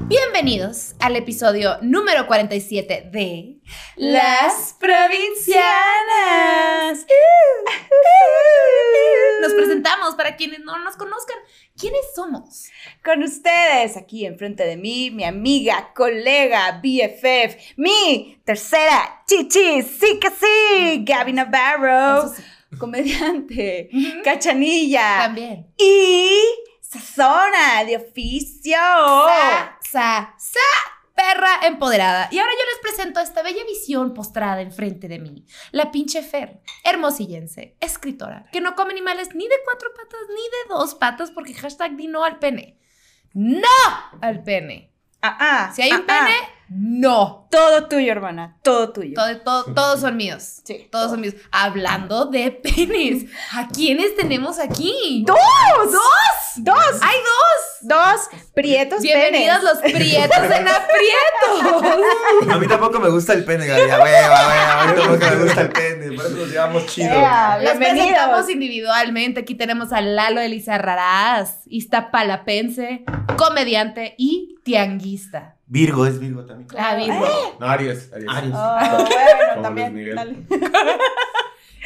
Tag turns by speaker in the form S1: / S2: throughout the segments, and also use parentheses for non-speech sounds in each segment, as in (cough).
S1: Bienvenidos al episodio número 47 de
S2: Las
S1: (laughs)
S2: provincianas.
S1: Nos presentamos para quienes no nos conozcan. ¿Quiénes somos?
S2: Con ustedes, aquí enfrente de mí, mi amiga, colega, BFF, mi tercera chichi, sí que sí, Gaby Navarro,
S1: Eso sí,
S2: comediante,
S1: Ujú.
S2: cachanilla
S1: También.
S2: y sazona de oficio.
S1: Sa, sa, sa, perra empoderada. Y ahora yo les presento esta bella visión postrada enfrente de mí. La pinche Fer, hermosillense, escritora, que no come animales ni de cuatro patas ni de dos patas porque hashtag di no al pene. ¡No al pene!
S2: Ah, ah,
S1: Si hay un
S2: ah, ah.
S1: pene, no.
S2: Todo tuyo, hermana, todo tuyo.
S1: Todo- todo- todos son míos.
S2: Sí.
S1: Todos son míos. Hablando de
S2: (laughs)
S1: penes, ¿a quiénes tenemos aquí?
S2: ¡Dos! ¡Dos! ¡Dos!
S1: Pues ¡Hay dos!
S2: Dos prietos
S1: Bienvenidos
S2: (laughs) penes.
S1: los prietos en
S2: (laughs)
S1: aprietos.
S3: A mí tampoco me gusta el pene, Gaby. A hueva, a hueva. A mí tampoco me gusta el pene. Por eso nos llevamos chido.
S2: Yeah,
S1: Los
S2: bienvenidos.
S1: presentamos individualmente. Aquí tenemos a Lalo Elizarrarás, Iztapalapense, comediante y tianguista.
S3: Virgo, es Virgo también.
S1: Ah, Virgo.
S3: No, Aries. Aries.
S2: Oh,
S3: Luis
S2: bueno, también.
S3: Miguel.
S2: dale.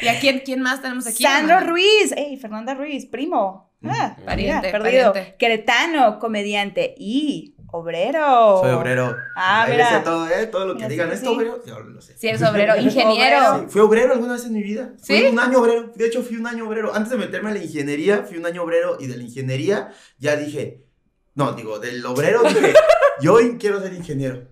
S1: ¿Y a quién, quién más tenemos Pues aquí?
S2: Sandro
S1: hermana?
S2: Ruiz, ey, Fernanda Ruiz, primo. Ah,
S1: Pariente,
S2: mira, perdido.
S1: pariente.
S2: Queretano, comediante y obrero.
S3: Soy obrero.
S2: Ah,
S3: Ahí
S2: mira.
S3: decía todo, ¿eh? Todo lo que
S2: Ya
S3: digan.
S2: sé,
S3: ¿Es
S2: sí.
S3: obrero? Yo lo sé.
S1: Si eres obrero, ingeniero.
S3: Sí, Fui obrero alguna vez en mi vida. Fui
S1: ¿Sí?
S3: un año obrero. De hecho, fui un año obrero. Antes de meterme a la ingeniería, fui un año obrero. Y de la ingeniería ya dije... No, digo, del obrero dije... Yo quiero ser ingeniero.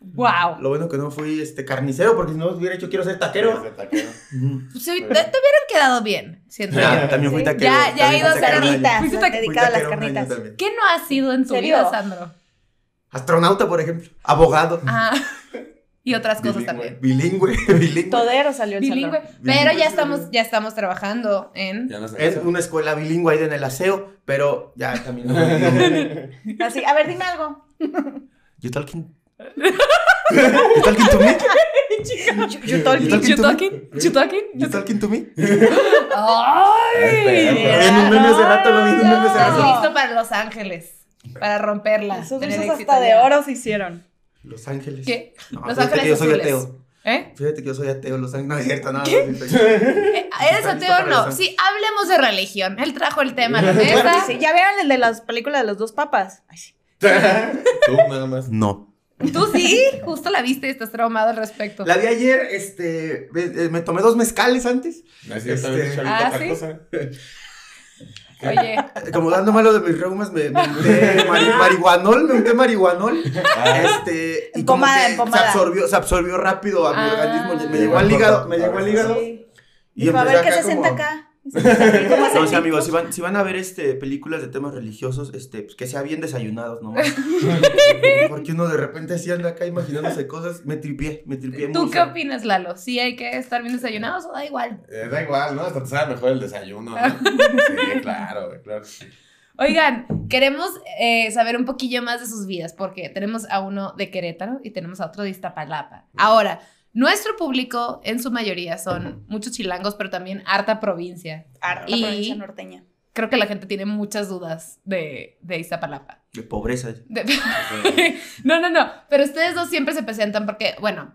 S1: ¡Wow!
S3: Lo bueno que no fui este carnicero, porque si no hubiera hecho quiero ser taquero. Ujú.
S1: te, te hubieran quedado bien, siento yo.
S3: Ya, también fui
S2: Sí.
S3: taquero.
S1: Ya- ya he
S3: también
S1: ido
S3: fui
S1: a
S3: taquero un año.
S2: carnitas.
S1: Fuiste
S2: ¿no?
S1: taque-
S3: Fui
S2: dedicado a las
S3: taquero un año
S2: carnitas.
S3: también.
S1: ¿Qué no has sido en tu
S2: ¿Serio?
S1: vida, Sandro?
S3: Astronauta, por ejemplo. Abogado.
S1: Ah, (laughs) y otras cosas también. (laughs)
S3: Bilingüe. Bilingüe.
S2: Todero salió el
S1: Bilingüe.
S2: Sandro.
S1: Pero ya
S3: Bilingüe.
S1: estamos, ya estamos trabajando en.
S3: Es una escuela bilingüe ahí en el aseo, pero ya también. (laughs)
S2: Así, Ah, a ver, dime algo.
S1: (laughs)
S3: you talking. You talking to me?
S2: You told me.
S3: You told-
S1: You talking? You talking?
S3: You ¿Eh? talking to me?
S1: ¡Ay!
S3: En un meme hace rato lo vi, en un meme hace
S1: Estás
S2: No.
S3: rato.
S1: listo para Los Ángeles. Para romperla.
S2: Esos
S1: tener
S2: besos
S1: éxito
S2: hasta de
S1: allá.
S2: oro se hicieron.
S3: Los Ángeles.
S1: ¿Qué?
S3: No,
S1: Los
S3: fíjate
S1: Ángeles
S3: que yo soy
S1: Azules.
S3: ateo.
S1: ¿Eh?
S3: Fíjate que yo soy ateo, Los Ángeles. No, es cierto, no. no, es
S1: Eh, ¿Eres
S3: Está listo
S1: ateo o
S3: para Los
S1: no?
S3: Ángeles.
S1: Sí, hablemos de religión. Él trajo el tema a
S3: (laughs)
S1: la mesa.
S2: Dice, ¿ya vieron el de las películas de los dos papas? Ay, sí.
S4: (laughs) Tú nada más.
S3: cierto. No.
S1: Tú sí, justo la viste y estás traumado al respecto.
S3: La vi ayer, este, me, eh, me tomé dos mezcales antes,
S4: No es cierto,
S3: Este-
S4: habías dicho
S1: Ah,
S4: otra
S1: ¿sí?
S4: cosa.
S3: (laughs)
S1: Oye,
S3: eh, como dando malo de mis reumas, me, me unté mari- marihuanol, me unté marihuanol,
S4: Ah,
S3: este, y como
S2: Pomada,
S3: que
S2: pomada.
S3: se absorbió, se absorbió rápido a mi
S1: Ah.
S3: organismo, me llegó al hígado, me llegó al hígado,
S2: Sí.
S3: y
S2: Dijo, a
S3: empecé
S2: ver, ¿qué se
S3: como-
S2: sienta acá? Se sienta así,
S4: (laughs)
S2: ¿cómo se
S3: No, o
S2: siente?
S3: sea, amigos, si van, si van a ver este, películas de temas religiosos, este, pues que sea bien
S2: (laughs)
S3: desayunados, ¿no? Porque uno de repente así anda acá imaginándose cosas, me tripié, me tripié
S1: ¿tú
S3: mucho.
S1: qué opinas, Lalo? ¿Sí hay que estar bien desayunados o da igual?
S4: Eh, da igual, ¿no? Hasta te sabe mejor el desayuno,
S1: Ah.
S4: ¿no? Sí, claro, güey, claro. que sí.
S1: Oigan, queremos eh, saber un poquillo más de sus vidas, porque tenemos a uno de Querétaro y tenemos a otro de Iztapalapa. Ahora, nuestro público en su mayoría son muchos chilangos, pero también harta provincia.
S2: Harta
S1: Y-
S2: provincia norteña.
S1: Creo que la gente tiene muchas dudas de, de Iztapalapa.
S3: De pobreza.
S1: De- (laughs) no, no, no, pero ustedes dos siempre se presentan porque, bueno,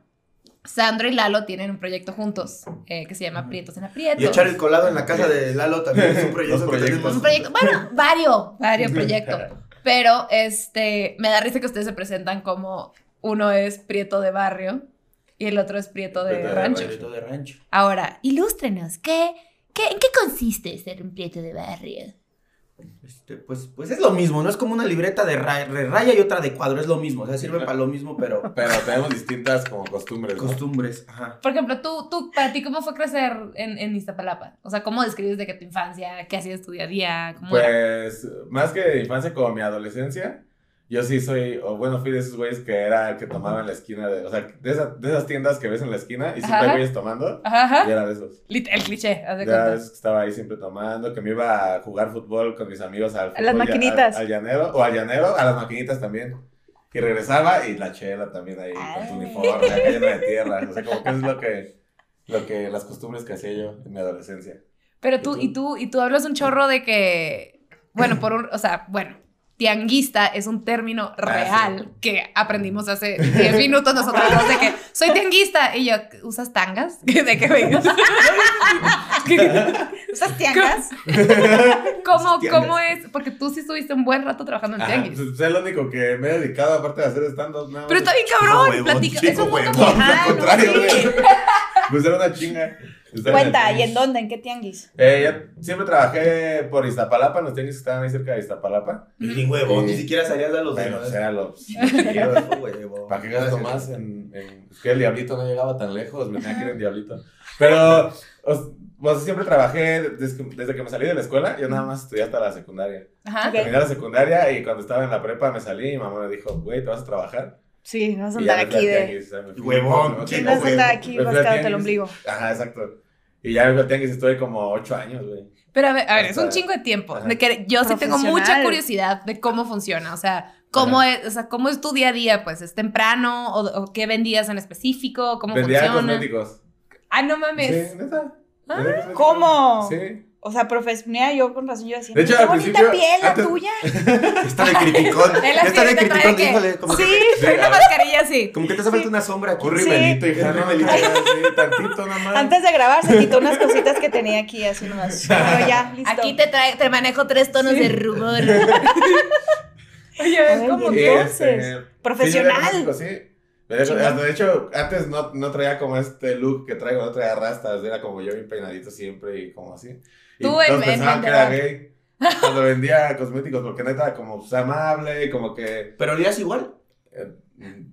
S1: Sandro y Lalo tienen un proyecto juntos eh, que se llama Prietos en Aprietos.
S3: Y echar el colado en la casa de (laughs) Lalo también es un proyecto
S4: Dos
S3: que
S4: proyectos.
S3: tenemos.
S1: Un proyecto, (laughs) bueno, varios, varios proyectos. Pero este, me da risa que ustedes se presentan como uno es prieto de barrio y el otro es prieto de
S4: Prieto de
S1: rancho.
S4: barrio.
S3: de rancho.
S1: Ahora, ilústrenos, ¿qué, qué, ¿en qué consiste ser un prieto de barrio?
S3: Este, pues, pues es lo mismo, no es como una libreta de, ra- de raya y otra de cuadro, es lo mismo, o sea, sirve para lo mismo, pero
S4: Pero tenemos distintas como costumbres. ¿no?
S3: costumbres, ajá.
S1: Por ejemplo, tú, tú, para ti, ¿cómo fue crecer en, en Iztapalapa? O sea, ¿cómo describes de que tu infancia, qué hacías tu día a día? ¿Cómo era?
S4: Pues, más que de infancia, como mi adolescencia, yo sí soy, o bueno, fui de esos güeyes que era el que tomaba en la esquina, de, o sea, de, esa- de esas tiendas que ves en la esquina y siempre
S1: Ajá.
S4: hay güeyes tomando.
S1: Ajá,
S4: Y
S1: ajá.
S4: era de esos.
S1: Lit- El cliché, haz de
S4: Ya
S1: cuenta.
S4: ves que estaba ahí siempre tomando, que me iba a jugar fútbol con mis amigos al
S2: A las
S4: fútbol,
S2: maquinitas.
S4: Al, al llanero, o al llanero, a las maquinitas también. Y regresaba y la chela también ahí, con su
S2: Ay.
S4: uniforme, acá llena de tierra. O sea, como que es lo que, lo que, las costumbres que hacía yo en mi adolescencia.
S1: Pero tú, y tú, y tú hablas un chorro de que, bueno, por un, o sea, bueno, Tianguista es un término
S4: Ah,
S1: real que aprendimos hace 10 minutos nosotros dos de que soy tianguista y yo, ¿usas tangas? (laughs) ¿De qué vengas?
S4: (laughs)
S2: ¿Usas tiangas?
S1: ¿Cómo,
S3: Tiangas.
S1: ¿Cómo es? Porque tú sí estuviste un buen rato trabajando en
S4: Ajá,
S1: tianguis.
S4: pues, es el único que me he dedicado, aparte de hacer stand-up. nada más.
S1: Pero está bien
S3: Chico
S1: cabrón,
S3: huevón,
S1: platica.
S3: chico
S1: Es un mundo
S3: huevón.
S1: que-
S2: Ah,
S4: Al
S2: no,
S4: contrario,
S2: sí.
S4: güey. Pues era una chinga. Estar en el
S2: Cuenta,
S4: tianguis.
S2: ¿y en dónde? ¿En qué tianguis?
S4: Eh, ya siempre trabajé por Iztapalapa, en los tianguis que estaban ahí cerca de Iztapalapa.
S3: Ni huevo,
S4: Sí.
S3: ni siquiera salías a los
S4: Bueno, o
S3: demás.
S4: sea, los...
S3: huevo.
S4: ¿Para qué gasto más en, en- Es que el diablito no llegaba tan lejos, me tenía que ir en diablito. Pero, os- pues siempre trabajé desde, desde que me salí de la escuela, yo nada más estudié hasta la secundaria.
S1: Ajá.
S2: Ok.
S4: Terminé la secundaria y cuando estaba en la prepa me salí y mi mamá me dijo, güey, ¿te vas a trabajar?
S2: Sí, vas a
S4: Y ya
S2: andar
S4: me fui
S2: aquí
S4: al
S2: de...
S4: tianguis, o sea, me fui
S3: Huevón,
S4: como-
S3: chico,
S2: No vas a andar
S3: güey.
S2: aquí
S4: Me fui al
S2: rascándote el
S4: tianguis.
S2: ombligo.
S4: Ajá, exacto. Y ya me fui al tianguis y estuve como ocho años, güey.
S1: Pero a ver, a ver, es
S4: Hasta-
S1: un chingo de tiempo.
S4: Ajá.
S1: De que yo sí tengo mucha
S2: Profesional.
S1: curiosidad de cómo funciona. O sea, cómo es, o sea, cómo es tu día a día, pues, ¿es temprano? ¿O, o qué vendías en específico? ¿Cómo
S4: Vendía
S1: funciona?
S4: cosméticos.
S1: Ah, no mames.
S4: Sí, neta.
S1: Ah,
S4: Vendía cosméticos.
S2: ¿Cómo?
S4: Sí.
S2: O sea, profesional, yo con razón yo decía,
S4: De hecho,
S2: qué
S4: al
S2: bonita
S4: principio,
S2: piel la
S4: antes-
S2: tuya.
S3: (laughs) Está de criticón.
S1: (laughs) Él
S3: Ya
S1: así
S3: está de
S1: ahorita trae
S3: criticón,
S1: que-
S3: híjole. Como,
S1: Sí,
S3: que,
S1: trae
S2: (laughs)
S1: una mascarilla así.
S3: como que te hace falta una sombra aquí.
S4: Un rimelito, hija.
S3: Un
S4: no,
S3: rimelito.
S4: ya, sí, tantito nada más.
S2: Antes de grabar se quitó unas cositas que tenía aquí así
S4: (laughs)
S2: nomás. Pero ya, listo.
S1: Aquí te, trae, te manejo tres tonos de rubor.
S2: A
S1: Oye, es
S2: ver,
S1: como...
S2: bien. entonces,
S4: Este, Sí, yo
S2: profesional.
S4: era músico, sí. De hecho,
S2: Chingón.
S4: hasta de hecho, antes no, no traía como este look que traigo, no traía rastas, era como yo bien peinadito siempre y como así. Y
S1: Tú
S4: todos
S1: en- en
S4: pensaban que era
S1: vendedor.
S4: gay cuando vendía cosméticos, porque neta, como pues, amable, como que,
S3: Pero olías (laughs) igual.
S4: eh,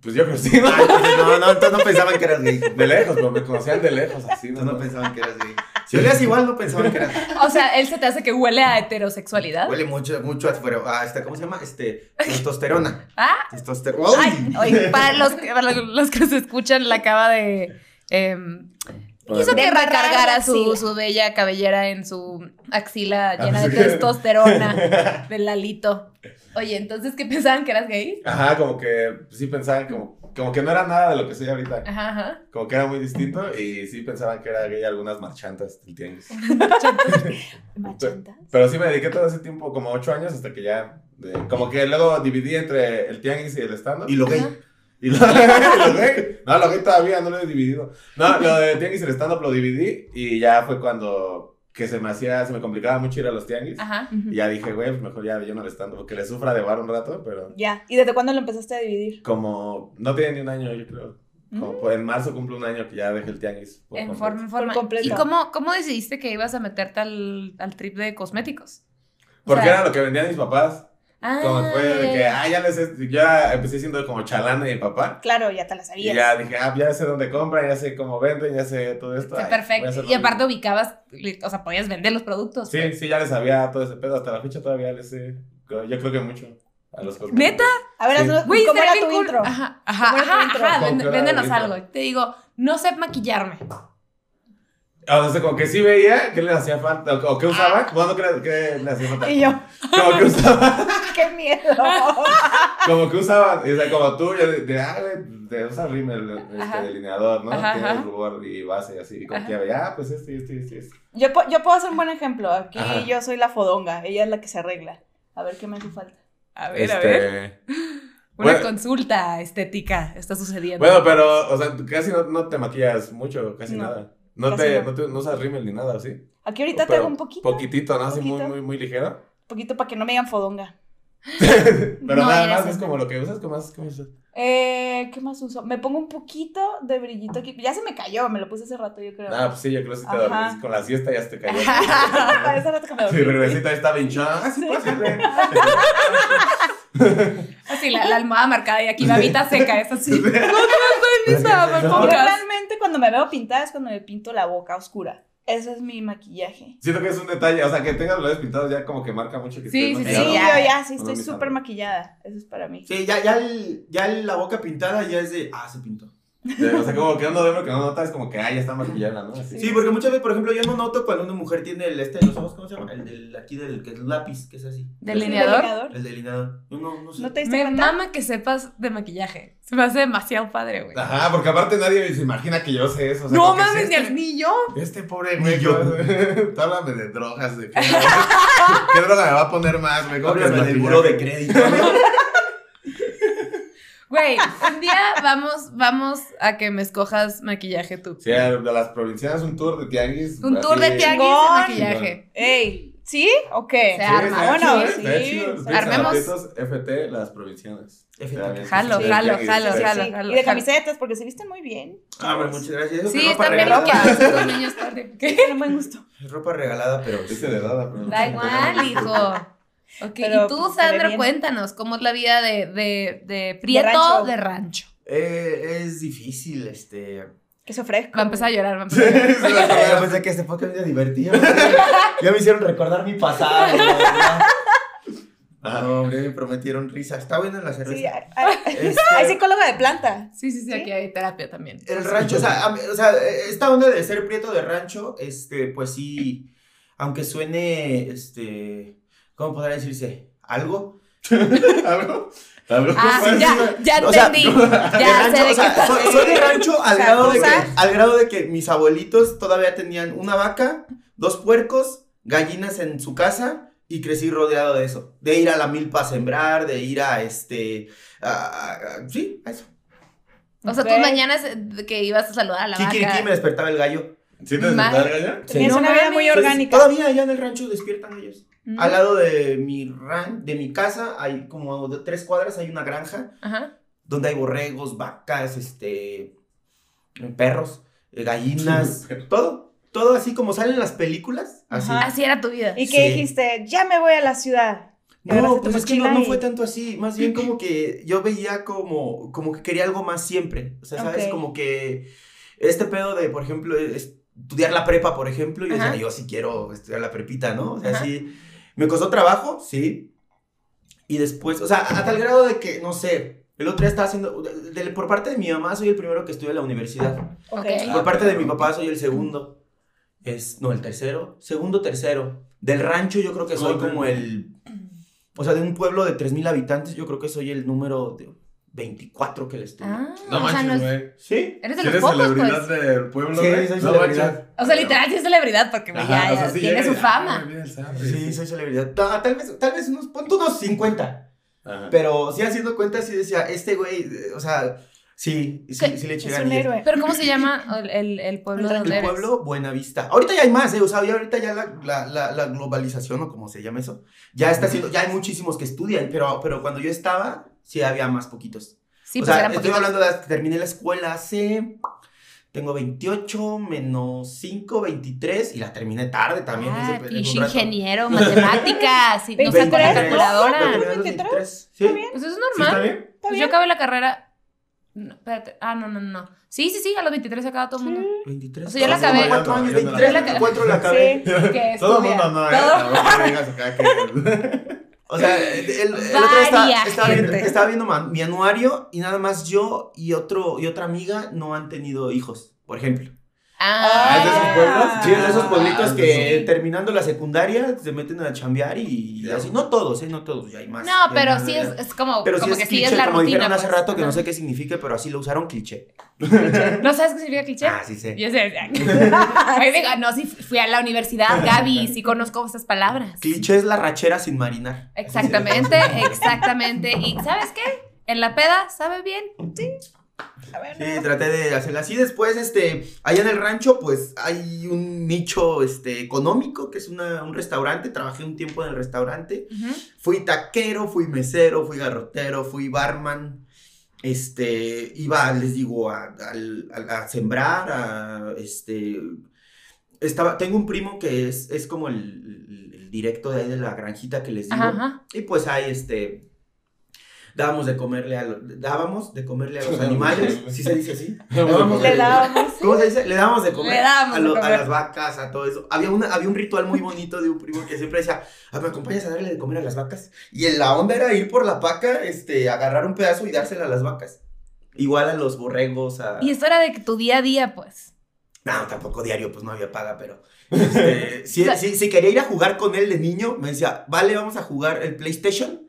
S4: pues yo creo que sí, ¿no? (laughs)
S3: Ah, entonces, no, no, entonces no pensaban que eras gay.
S4: De lejos, pero me conocían de lejos, así, ¿no?
S3: Entonces no pensaban que eras gay. Si olías igual, no pensaban que eras
S1: O sea, él se te hace que huele a heterosexualidad.
S3: Huele mucho, mucho a, pero, ah, este, ¿cómo se llama? Este, testosterona.
S1: (laughs) Ah.
S3: Testosterona.
S1: Ay, oye, para los, que- para los que se escuchan, la acaba de. em, Quiso
S2: De
S1: que
S2: embarrar
S1: recargara
S2: la
S1: su,
S2: axila.
S1: su bella cabellera en su axila
S4: Ah,
S1: llena de
S4: sí. (laughs)
S1: testosterona del Lalito. Oye, entonces, ¿qué pensaban que eras gay?
S4: Ajá, como que pues, sí pensaban, como, como que no era nada de lo que soy ahorita.
S1: Ajá, ajá.
S4: Como que era muy distinto y sí pensaban que era gay algunas marchantas
S1: (laughs)
S4: del tianguis. (laughs)
S2: Machantas.
S4: Pero sí me dediqué todo ese tiempo, como ocho años, hasta que ya. de- como que luego dividí entre el tianguis y el stand-up.
S3: Y lo gay.
S1: Ajá.
S4: (laughs) Y lo, lo gay. No, lo gay todavía no lo he dividido. No, lo del tianguis y el stand-up lo dividí y ya fue cuando que se me hacía, se me complicaba mucho ir a los tianguis.
S1: Ajá.
S4: Y ya dije, güey, pues mejor ya yo no al stand-up, que le sufra de bar un rato, pero
S2: Ya. ¿Y desde cuándo lo empezaste a dividir?
S4: como no tiene ni un año, yo creo. Como por- en marzo cumple un año que ya dejé el tianguis. por
S1: Mm. En
S4: completo.
S1: forma, en forma.
S2: Por completo.
S1: ¿Y cómo, cómo decidiste que ibas a meterte al, al trip de cosméticos? O
S4: Porque
S1: sea,
S4: era lo que vendían mis papás.
S1: ah,
S4: Como fue de que, ah, ya les. he- Yo ya empecé siendo como chalana de mi papá.
S2: Claro, ya te la
S4: Y
S2: sabías.
S4: ya dije, ah, ya sé dónde compran, ya sé cómo venden, ya sé todo
S1: está
S4: esto. ay, voy a
S1: perfecto.
S4: hacer lo
S1: Y aparte
S4: mismo.
S1: ubicabas, li- o sea, podías vender los productos.
S4: Sí, sí, ya les sabía todo ese pedo. Hasta la fecha todavía les sé. creo- Yo creo que mucho. A los cosméticos.
S1: ¿Neta?
S2: A ver,
S4: Sí.
S2: haznos-
S1: Güey,
S2: ¿cómo
S1: estaría
S2: era
S1: bien
S2: tu
S1: cool.
S2: intro?
S1: (laughs) Ajá, ajá,
S2: ¿Cómo era tu
S1: ajá,
S2: intro?
S1: ajá,
S4: ¿Cómo
S1: ven-
S4: que era
S1: véndenos
S4: la
S1: algo. Te digo, no sé maquillarme.
S4: O sea, como que sí veía que les hacía falta. O o que usaban.
S1: Ah.
S4: Bueno, que, que les
S1: (laughs)
S4: hacía falta.
S2: Y yo,
S4: Como que usaban.
S2: qué miedo.
S4: Como que usaban. O sea, como tú, yo de, de, ah, güey, te usas rímel,
S1: Ajá.
S4: este, delineador, ¿no?
S1: Ajá,
S4: Tienes
S1: ajá.
S4: rubor y base y así. Y como
S1: Ajá.
S4: que ya veía, ah, pues esto y esto y esto y esto.
S2: (laughs) Yo, po- yo puedo hacer un buen ejemplo. Aquí
S4: Ajá.
S2: yo soy la fodonga. Ella es la que se arregla. A ver qué me hace falta.
S1: A
S4: Este,
S1: Una
S4: Bueno.
S1: consulta estética está sucediendo.
S4: Bueno, pero, o sea, casi no, no te maquillas mucho, casi
S2: No,
S4: nada. No,
S2: casi
S4: te,
S2: no.
S4: no. te- no usas rímel ni nada, ¿o ¿sí?
S2: Aquí ahorita te
S4: Pero
S2: hago un poquito.
S4: Poquitito, ¿no? Así muy,
S2: Poquito.
S4: muy, muy ligero.
S2: (laughs) poquito para que no me digan fodonga.
S4: Pero
S1: No,
S4: nada
S1: eres
S4: más es
S1: así.
S4: como lo que usas, como más, como eso.
S2: Eh, ¿Qué más uso? Me pongo un poquito de brillito aquí. Ya se me cayó, me lo puse hace rato, yo creo.
S4: Ah, pues sí, yo creo que si te
S2: Ajá.
S4: dormís con la siesta ya se te cayó.
S2: (laughs)
S4: (laughs)
S2: hace rato que me
S4: Si
S2: dormí.
S4: regresita ahí está hinchada. Ah, sí, pásale.
S1: Así la, la almohada marcada y aquí babita seca, es así. No, no, no, no, mis
S2: Yo
S1: babas.
S2: realmente cuando me veo pintada es cuando me pinto la boca oscura. Eso es mi maquillaje.
S4: Siento que es un detalle, o sea, que tengas los labios pintados ya como que marca mucho que
S1: Sí,
S4: estés
S2: Sí,
S1: Claro.
S2: yo
S4: maquillado.
S2: ya sí
S4: No,
S2: estoy
S4: mis
S2: súper
S4: amores.
S2: maquillada. Eso es para mí.
S3: Sí, ya, ya, el- ya el- la boca pintada ya es de. Ah, se pintó.
S4: De- o sea, como que uno de hombre que no nota es como que, ay, ya está más villana, ¿no? Así.
S3: Sí, porque muchas veces, por ejemplo, yo no noto cuando una mujer tiene el este, los ojos, ¿cómo se llama? El del aquí del que es lápiz, que es así.
S1: ¿Delineador?
S3: El delineador. Yo no, no sé.
S2: ¿No te diste
S1: Me
S2: cuenta?
S1: mama que sepas de maquillaje. Se me hace demasiado padre, güey.
S4: Ajá, porque aparte nadie se imagina que yo sé eso. o sea,
S1: No
S4: como que
S1: mames,
S4: sé
S1: ni,
S4: este-
S1: ni yo.
S4: Este pobre
S3: Ni
S4: güey.
S3: yo.
S4: güey, (laughs) Tú háblame de drogas, de qué, (laughs) ¿Qué droga me va a poner más, güey. ¿Cómo que
S3: Háblame
S4: es
S3: del
S4: maquillaje?
S3: buró de crédito.
S4: (laughs)
S1: Güey, un día vamos, vamos a que me escojas maquillaje tú.
S4: Sí, de las provincias un tour de tianguis.
S1: Un tour de
S4: así.
S1: tianguis de
S2: Chingón.
S1: maquillaje.
S2: Ey, ¿sí o
S1: O
S2: qué?
S1: sea, arma.
S4: está
S1: Bueno,
S4: chido, ¿eh?
S1: sí.
S4: Está chido. Los pinches
S1: Armemos.
S4: zapatitos FT, las provincianas.
S3: FT.
S4: Está bien,
S1: Jalo,
S4: sí,
S1: jalo,
S4: tianguis,
S1: jalo,
S2: Sí, sí.
S4: tianguis.
S1: jalo, jalo,
S2: Y de
S1: jalo.
S2: camisetas, porque se visten muy bien.
S3: Ah, bueno, muchas gracias. Eso es
S1: Sí,
S3: ropa
S1: están bien
S3: regalada.
S1: loqueados estos niños tarde. ¿Qué?
S2: Tienen buen gusto.
S3: Es ropa regalada, pero.
S4: Este de dada, pero-
S1: Da igual, hijo. Ok,
S2: Pero,
S1: y tú,
S2: pues, se ve
S1: Sandra,
S2: bien.
S1: cuéntanos, ¿cómo es la vida de, de, de Prieto de rancho?
S2: rancho.
S3: Eh, es difícil, este.
S2: Que se ofrezco.
S1: Va a empezar a llorar, va a
S4: Sí,
S1: empezar a llorar.
S4: (laughs) es
S3: Yo
S4: la verdad.
S3: pensé que este podcast me divertido.
S4: (laughs)
S3: Ya me hicieron recordar mi pasado. la verdad. Ah, no, hombre, me prometieron risa. Está buena la cerveza.
S2: Sí, hay, hay-
S3: Este,
S2: hay psicóloga de planta.
S1: Sí, sí, sí, aquí hay terapia también.
S3: el rancho, o sea, a mí- o sea, e, esta onda de ser prieto de rancho, este, pues sí, aunque suene, este, ¿cómo podrá decirse? ¿Algo?
S4: ¿Algo? ¿Algo?
S1: Ah,
S3: sí,
S1: ya, ya
S3: (laughs) o sea,
S1: entendí.
S3: de
S1: ya sé de
S3: rancho, o
S1: qué
S3: sea,
S1: estás.
S3: soy, soy de rancho al grado de, que,
S2: Sabusa.
S3: al grado de que mis abuelitos todavía tenían una vaca, dos puercos, gallinas en su casa y crecí rodeado de eso, de ir a la milpa a sembrar, de ir a este, a- a- a- sí, a eso.
S1: O sea, tus
S2: Ve.
S1: mañanas eh, que ibas a saludar a la
S3: Kikiriki me
S1: vaca.
S3: despertaba el gallo.
S4: ¿Sí te
S1: Mal.
S4: despertar, Gaya?
S3: Sí.
S2: Tenías
S1: No
S2: una vida
S1: mames.
S2: muy orgánica.
S3: Pues, Todavía allá en el rancho despiertan ellos.
S1: Mm,
S3: Al lado de mi ran, de mi casa, hay como de tres cuadras, hay una granja
S1: Ajá.
S3: donde hay borregos, vacas, este, perros, eh, gallinas, todo, todo así como salen las películas, así.
S2: Ajá.
S1: Así era tu vida.
S2: ¿Y qué
S3: Sí.
S2: dijiste? Ya me voy a la ciudad. agarraste
S3: No, pues
S2: tu
S3: es que no,
S2: mochila
S3: no
S2: y-
S3: fue tanto así, más bien como que yo veía como, como que quería algo más siempre, o sea, ¿sabes?
S2: Ok.
S3: Como que este pedo de, por ejemplo, es- estudiar la prepa, por ejemplo, yo decía,
S1: Ajá.
S3: yo sí quiero estudiar la prepita, ¿no? O sea,
S1: Ajá.
S3: sí, me costó trabajo, sí, y después, o sea, a tal grado de que, no sé, el otro día estaba haciendo, de- de- por parte de mi mamá soy el primero que estudia en la universidad,
S1: Ok.
S2: Ok.
S3: por parte de mi papá soy el segundo, es, no, el tercero, segundo, tercero, del rancho yo creo que soy
S4: ¿Cómo te-
S3: como el... O sea, de un pueblo de 3.000 habitantes, yo creo que soy el número de 24 que le estuvo.
S1: Ah,
S4: No
S1: o sea, no
S4: manches,
S1: es-
S4: güey.
S3: ¿Sí?
S1: eres de los
S4: Si eres
S1: pocos, pues.
S4: celebridad del pueblo,
S3: Sí,
S4: güey.
S3: soy
S4: No
S3: celebridad.
S4: manches.
S1: O sea, literal, sí es celebridad porque güey,
S4: Ajá,
S1: ya,
S4: o sea,
S1: ya
S4: sí
S1: tiene
S4: llegas,
S1: su fama.
S4: "Ay, mira el Sam",
S3: Sí, soy celebridad. Ta- Tal vez, tal vez unos, puntos unos 50.
S4: Ajá.
S3: Pero sí haciendo cuentas, sí decía, este güey, eh, o sea, sí, sí,
S1: ¿Qué?
S3: sí le eché
S2: Es un
S3: ganillas.
S2: héroe.
S1: Pero ¿cómo se llama el, el- el pueblo de
S2: El
S1: donde
S3: El
S1: eres?
S3: pueblo, Buena Vista. Ahorita ya hay más, ¿eh? O sea, ya ahorita ya la, la- la- la globalización, o como se llama eso, ya está haciendo, ya hay muchísimos que estudian, pero, pero cuando yo estaba, sí había más poquitos.
S1: Sí,
S3: o
S1: pues
S3: sea,
S1: eran
S3: estoy
S1: poquitos.
S3: hablando de las que terminé la escuela hace. Tengo 28 menos 5, 23 y la terminé tarde también.
S1: Ah,
S3: ese pendejo
S1: pinche
S3: rato. Pues
S1: ingeniero, matemáticas, y no
S2: ¿Veintitrés?
S1: sacó la
S2: ¿No?
S1: calculadora.
S3: ¿23?
S2: 23,
S3: Sí.
S2: ¿está bien?
S1: Pues eso es
S4: ¿Sí está
S1: normal.
S4: bien?
S2: ¿Está
S1: Pues yo
S2: bien?
S1: acabé la carrera. no, espérate. Ah, no, no, no. Sí, sí, sí, a los 23 acaba todo el mundo.
S3: 23.
S1: O sea, yo la
S3: Hace como
S1: acabé.
S3: cuatro años,
S4: Yo no la
S3: 23,
S1: acabé.
S3: 24 la acabé.
S2: Sí.
S1: Que
S4: Todo el
S1: estudia.
S4: mundo no, ¿eh?
S1: Todo-
S4: Tampoco digas acá que-
S3: O sea, el, el- el otro día estaba,
S1: Eh, Varia
S3: estaba viendo,
S1: gente.
S3: estaba viendo ma- mi anuario y nada más yo y, otro, y otra amiga no han tenido hijos, por ejemplo.
S1: Ah,
S4: ¿es de esos pueblos?
S2: Ah.
S3: Sí, es de esos pueblitos
S4: Ah,
S3: que
S1: sí.
S3: terminando la secundaria se meten a chambear y, y
S4: Ya.
S3: así. No todos, ¿eh? No todos, ya hay más. ya hay
S1: No, pero
S3: más,
S1: sí
S3: ya.
S1: es, es como,
S3: Pero
S1: como
S3: sí
S1: que
S3: es
S1: sí
S3: cliché,
S1: es la
S3: como
S1: rutina.
S3: dijeron hace
S1: pues.
S3: rato que no
S1: Ajá.
S3: sé qué signifique, pero así lo usaron cliché.
S1: (laughs) ¿No sabes qué significa cliché?
S3: Ah, sí sé.
S1: Yo sé.
S3: (laughs)
S1: Ahí diga, no, sí fui a la universidad, Gaby, sí conozco esas palabras.
S3: Cliché es la rachera sin marinar.
S1: Exactamente, exactamente. ¿Y sabes qué? En la peda, ¿sabe bien?
S2: A ver,
S3: Sí,
S2: no.
S3: traté de hacerla así. Después, este, allá en el rancho, pues hay un nicho este, económico que es una- un restaurante. Trabajé un tiempo en el restaurante.
S1: Ujú.
S3: Fui taquero, fui mesero, fui garrotero, fui barman. Este, iba, les digo, a, al- a- a sembrar, a, este, estaba, tengo un primo que es, es como el, el- el directo de ahí de la granjita que les digo.
S1: Ajá, ajá.
S3: Y pues ahí, este, dábamos de comerle a, lo- dábamos de comerle a los animales, si se dice así. Dábamos
S2: Le
S3: de-
S2: dábamos.
S3: ¿Cómo se dice? Le dábamos de comer.
S1: Ah, Le dábamos
S3: a, lo-
S1: de
S3: a
S1: comer.
S3: las vacas, a todo eso. Había, una, había un ritual muy bonito de un primo que siempre decía, "Ah, ¿me acompañas a darle de comer a las vacas? Y en la onda era ir por la paca, este, agarrar un pedazo y dársela a las vacas. Igual a los borregos, a...
S1: Y esto era de que tu día a día, pues.
S3: No, tampoco diario, pues no había paga, (laughs) pero... este, si, si- si quería ir a jugar con él de niño, me decía, vale, vamos a jugar el PlayStation,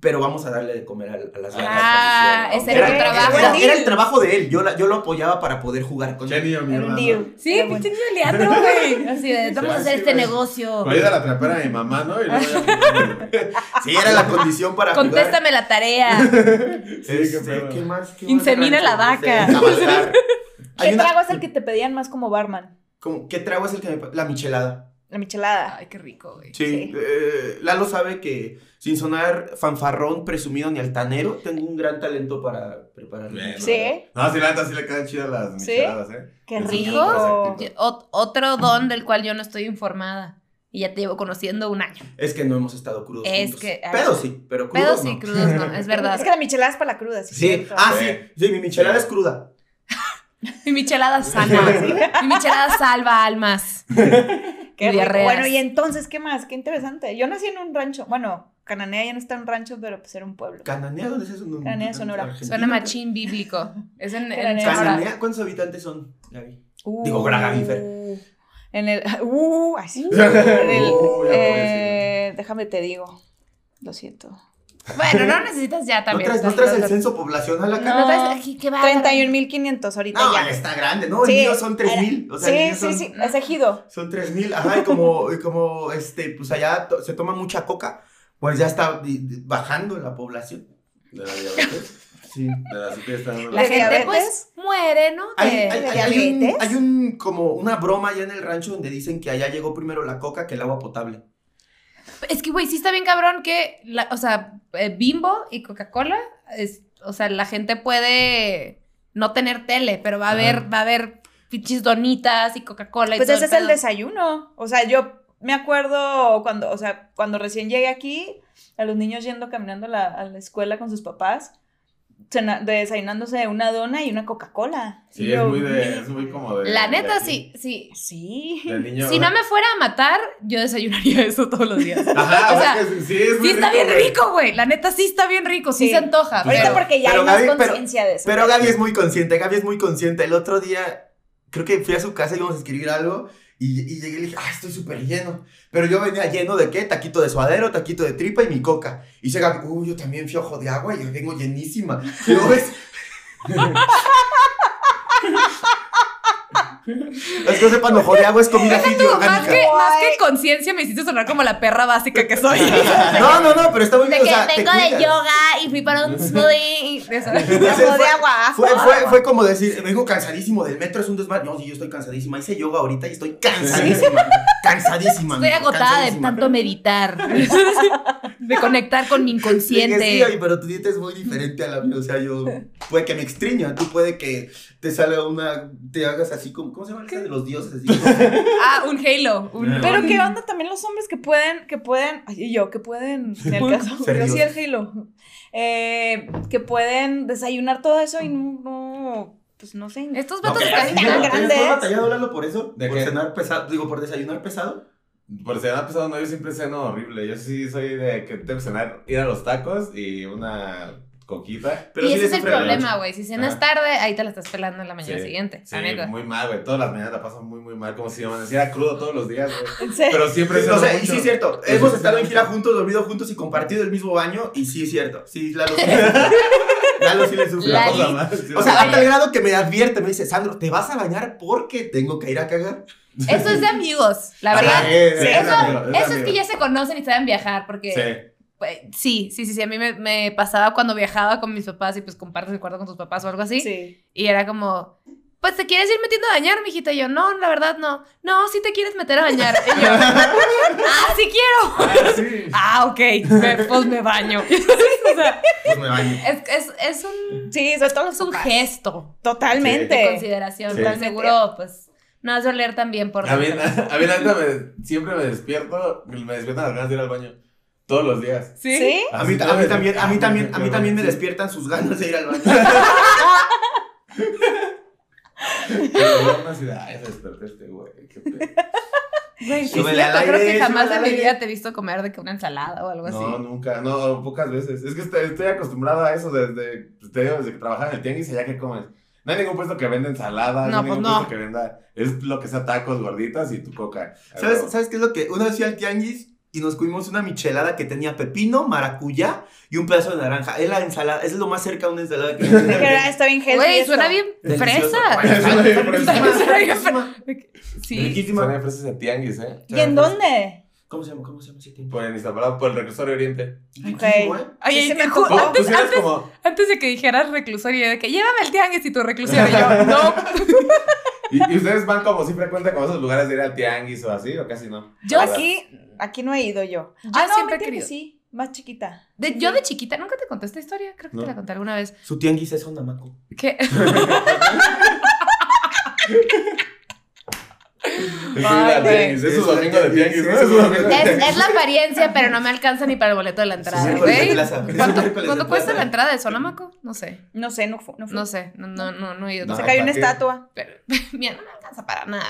S3: pero vamos a darle de comer a, a las vacas.
S1: Ah,
S3: Parecía,
S1: ese
S2: era tu
S3: el
S2: trabajo.
S3: Era, era el trabajo de él, yo, la- yo lo apoyaba para poder jugar con
S4: Che,
S3: él.
S4: niño
S2: Era un
S4: mierda,
S2: deal.
S1: Sí,
S2: Era
S1: pinche leandro, güey. Así de, vamos a
S4: Sí,
S1: hacer
S4: sí,
S1: este
S4: güey.
S1: negocio.
S4: ¿no? Me ayuda a la trapera de mi mamá, ¿no? Y luego ya-
S3: Sí, era la condición para jugar.
S1: Contéstame la tarea.
S4: (laughs)
S3: (laughs)
S4: Sí,
S3: Este,
S4: qué pedo.
S3: ¿Qué más? ¿Qué más
S1: Insemina
S3: rancho?
S1: la vaca.
S3: Sí, cabalgar. Hay
S2: ¿Qué
S3: una-
S2: trago es el que te pedían más como barman?
S3: como, ¿Qué trago es el que me... pa- La michelada.
S2: La michelada.
S1: Ay, qué rico, güey.
S3: Sí,
S2: Sí.
S3: eh, Lalo sabe que sin sonar fanfarrón, presumido ni altanero, tengo un gran talento para preparar.
S4: Bueno.
S2: Sí.
S4: No, sí, la neta sí le quedan chidas las
S2: ¿Sí?
S4: micheladas, ¿eh?
S2: Qué
S4: Eso
S1: rico.
S4: sí,
S1: Yo-
S4: exactito.
S1: ot- otro don del cual yo no estoy informada. Y ya te llevo conociendo un año.
S3: Es que no hemos estado crudos.
S1: Es
S3: juntos.
S1: que-
S3: Pedo sí, pero crudos.
S1: Pedos y
S3: no.
S1: crudos no, es verdad.
S3: (laughs)
S2: Es que la michelada es para la cruda, sí. es
S3: Sí,
S2: cierto.
S3: ah, sí,
S4: Sí.
S3: sí, mi michelada es cruda.
S1: Y michelada salva. Y michelada salva almas.
S2: Qué rico.
S1: diarreas.
S2: Bueno, y entonces, ¿qué más? Qué interesante. Yo nací en un rancho. Bueno, Cananea ya no está en un rancho, pero pues era un pueblo.
S3: ¿Cananea dónde es eso? ¿No?
S2: Cananea, Sonora.
S3: Argentina.
S1: Suena machín ¿eh? bíblico. Es en, en
S2: Cananea.
S1: Sonora.
S3: ¿Cananea? ¿Cuántos habitantes son, Gaby?
S2: Uh,
S3: Digo, Braga, Bifer.
S2: En el. (laughs) Uh, así.
S3: (laughs)
S2: en el-
S4: Uh, ya
S2: eh, déjame te digo. Lo siento.
S1: Bueno, no necesitas ya
S3: ¿No
S1: también.
S3: traes, no traes el censo poblacional acá?
S1: No traes aquí, qué va.
S2: 31.500 ahorita
S3: No,
S2: ya.
S3: está grande, ¿no? El
S2: Sí.
S3: mío son 3000. O sea, el
S2: sí,
S3: mío
S2: sí,
S3: son-
S2: sí. Es ejido.
S3: Son 3000, ajá, y como, y como este, pues allá to- se toma mucha coca, pues ya está di- di- bajando la población.
S4: De la diabetes.
S3: Sí.
S4: De la azúcar está dando
S1: La
S4: la-
S2: ¿De
S1: gente
S2: diabetes?
S1: pues muere, ¿no?
S3: Hay,
S1: De-
S3: hay-
S2: ¿de
S3: hay- hay un,
S2: diabetes?
S3: hay un- como una broma allá en el rancho donde dicen que allá llegó primero la coca que el agua potable.
S1: Es que, güey, sí está bien cabrón que, la- o sea, eh, Bimbo y Coca-Cola, es- o sea, la gente puede no tener tele, pero va a
S3: Ajá.
S1: haber, va a haber pinches donitas y Coca-Cola y
S2: Pues
S1: todo
S2: ese es el
S1: pedo.
S2: desayuno. O sea, yo me acuerdo cuando, o sea, cuando recién llegué aquí, a los niños yendo caminando a la, a la escuela con sus papás, cena- desayunándose una dona y una Coca-Cola. Y
S4: Sí, es
S2: yo,
S4: muy de. Es muy como de.
S1: La
S4: de
S1: neta,
S4: aquí.
S1: sí, sí.
S2: Sí.
S4: Del niño.
S1: Si no me fuera a matar, yo desayunaría (laughs) eso todos los
S3: (laughs)
S1: días.
S4: Ajá,
S1: o
S4: o sea,
S1: sea,
S4: que sí, es muy
S1: Sí está bien
S4: güey.
S1: rico, güey. La neta sí está bien rico, sí,
S2: Sí.
S1: se antoja.
S3: Ahorita
S1: pero-
S2: Ahorita porque ya
S3: pero
S2: hay más
S3: Gaby, pero-
S2: conciencia de eso.
S3: Pero Gaby es muy consciente, Gaby es muy consciente. El otro día, creo que fui a su casa y íbamos a escribir algo. Y, y llegué y le dije, ah, estoy súper lleno. Pero yo venía lleno de qué? Taquito de suadero, taquito de tripa y mi coca. Y se Gaby, uy, yo también fui a ojo de agua y yo vengo llenísima. Y luego (laughs) ves. Los que no sepan, ojo de agua es comida
S1: Tú, más
S3: orgánica.
S1: que, más
S2: Ay.
S1: que conciencia me hiciste sonar como la perra básica que
S3: (laughs)
S1: soy.
S3: (laughs) No, no, no, pero está muy
S1: De
S3: bien.
S1: que
S3: o sea, te
S1: vengo de
S3: cuidas.
S1: yoga y fui para
S3: (laughs)
S1: un smoothie. y de eso.
S2: Como de agua.
S3: Fue,
S1: (laughs)
S3: fue, fue como decir, vengo cansadísimo del metro, es un desmadre. No, sí, yo estoy cansadísima. Hice yoga ahorita y estoy
S1: (laughs)
S3: cansadísima. Cansadísima.
S1: Estoy
S3: amigo,
S1: agotada de
S3: cansadísima.
S1: tanto meditar, (laughs) de conectar con mi
S3: Dije, Sí, oye,
S1: inconsciente.
S3: pero tu dieta es muy diferente a la mía. O sea, yo puede que me extriña, tú puede que te salga una, te hagas así como, ¿cómo se llama? Esa de
S1: (laughs)
S3: los dioses así. como-
S1: Ah, un halo. un-
S2: Pero qué onda también los hombres que pueden, que pueden, ay, y yo, que pueden, en el caso,
S3: Ser
S2: yo sí
S3: dioses.
S2: el Halo, eh, que pueden desayunar todo eso y no, no, pues no sé.
S1: Estos
S4: No,
S1: vatos
S4: que
S1: están
S4: sí,
S1: tan
S2: no,
S3: ¿Te-
S1: grandes.
S3: ¿Te has
S2: grandes.
S3: batallado, Lalo, por eso?
S4: ¿De
S3: por
S4: qué?
S3: cenar pesado, digo, por desayunar pesado.
S4: Por cenar pesado, no, yo siempre ceno horrible. Yo sí soy de que tengo que cenar, ir a los tacos y una coquita.
S1: Y
S3: sí
S1: ese
S3: le
S1: es el
S3: sufre la
S1: problema,
S3: noche.
S1: güey. Si cenas
S4: Ajá.
S1: tarde, ahí te la estás pelando en la mañana siguiente.
S4: Sí,
S1: la neta.
S4: muy mal, güey. Todas las mañanas la paso muy, muy mal. Como si me amaneciera crudo todos los días, güey.
S2: En serio.
S4: Pero siempre
S3: Sí,
S4: ceno
S3: o sea, y
S4: mucho.
S3: sí es cierto,
S4: Eso
S3: hemos
S4: sí
S3: estado
S4: es
S3: en gira
S4: cierto.
S3: juntos, dormido juntos y compartido el mismo baño, y sí es cierto, sí, Lalo sí, Lalo sí le sufre.
S1: La
S4: La cosa
S1: li-
S4: más, sí,
S3: O
S4: la
S3: sea,
S4: cosa
S3: a tal grado que me advierte, me dice, Sandro, te vas a bañar porque tengo que ir a cagar.
S1: Eso es de amigos, la verdad.
S3: Sí, es de
S1: eso
S4: amigos, es de
S1: eso Ah, es que ya
S4: amigos.
S1: se conocen y saben viajar, porque
S4: Sí.
S1: pues, sí, sí, sí, sí, a mí me, me pasaba cuando viajaba con mis papás y pues compartes el cuarto con tus papás o algo así.
S2: Sí.
S1: Y era como, pues te quieres ir metiendo a bañar, mijita. Y yo, no, la verdad no. No, sí te quieres meter a bañar. Y (laughs) yo, ah, sí quiero.
S4: Ah, sí.
S1: Ah, ok, me- pues me baño. o sea,
S3: Pues me baño.
S1: (laughs) es, es, es un,
S2: Sí, sobre todo los
S1: es un
S2: papás.
S1: gesto de
S2: Totalmente.
S1: consideración.
S4: Sí.
S1: Tan seguro, pues, no has de oler también por
S4: A mí, (laughs) a mí la neta me- siempre me despierto, me despiertan las ganas de ir al baño. Todos los días.
S1: ¿Sí?
S3: A mí, a mí también, a mí también, a mí también me despiertan sus ganas de ir al baño.
S4: despierto. Una ciudad, ay, me desperté este güey. qué pedo.
S1: Güey, sí, es
S3: Súbele al
S1: cierto, creo
S3: aire,
S1: que jamás
S3: súbele
S1: en
S3: al
S1: mi
S3: aire.
S1: vida te he visto comer de que una ensalada o (laughs) algo
S4: No,
S1: así.
S4: nunca, no, pocas veces. Es que estoy, estoy acostumbrado a eso desde, pues, te digo, desde que trabajaba en el tianguis, allá que comes. No hay ningún puesto que venda ensalada, no,
S1: No,
S4: hay ningún
S1: pues no.
S4: puesto que venda, es lo que sea tacos, gorditas y tu coca.
S3: ¿Sabes, ¿Sabes qué es lo que? Una vez fui al tianguis y nos comimos una michelada que tenía pepino, maracuyá y un pedazo de naranja. Es la ensalada, es lo más cerca de una ensalada que
S2: De que, ah, está bien healthy
S1: Güey,
S2: esto.
S1: suena bien
S3: Delicioso.
S1: fresa.
S4: Suena bien fresa.
S1: Suena bien
S3: Riquísima.
S1: Sí.
S4: Son
S3: Riquísima.
S4: empresas de tianguis, ¿eh?
S2: ¿Y en dónde?
S3: ¿Cómo se llama? ¿Cómo se llama ese tiempo?
S4: Por el Iztapalapa, por el reclusorio oriente.
S3: Riquísimo, ¿eh?
S1: Oye,
S2: Ese me
S1: ju-
S2: tocó.
S4: Tú
S1: antes,
S4: pues sí eres
S1: antes-
S4: como,
S1: antes de que dijeras reclusorio, yo de que llévame al tianguis y tu reclusorio. Yo, no.
S4: y, y ustedes van como, si frecuentan como esos lugares de ir al tianguis o así, o casi no.
S1: Yo
S4: ¿Verdad?
S2: Aquí, aquí no he ido yo.
S1: Yo
S2: ah, no,
S1: siempre he
S2: mentira que
S1: querido.
S2: sí, más chiquita.
S1: De, yo de chiquita, nunca te conté esta historia, creo que
S4: No.
S1: te la conté alguna vez.
S3: Su tianguis es un namaco.
S1: Que
S4: Es ir al
S1: güey.
S4: tianguis, es su
S3: Sí,
S4: domingo de
S3: sí,
S4: tianguis,
S3: sí,
S4: ¿no?
S3: sí,
S4: Es su domingo de
S1: (laughs) (laughs)
S3: sí.
S1: es,
S4: tianguis.
S1: es la apariencia, pero no me alcanza ni para el boleto de la
S3: Sí,
S1: entrada,
S3: sí,
S1: güey.
S3: de plaza. Sí,
S1: ¿Cuánto,
S3: miércoles de
S1: cuánto cuesta
S3: plaza.
S1: la entrada de Sonamaco? No sé,
S2: No sé, no fue. No fue.
S1: no sé, no, no, no, no he ido.
S4: No.
S2: Se
S4: Ay,
S2: cayó una
S4: ¿para qué?
S2: estatua.
S1: Pero, (laughs) mira, no me alcanza para
S3: (laughs)
S1: nada.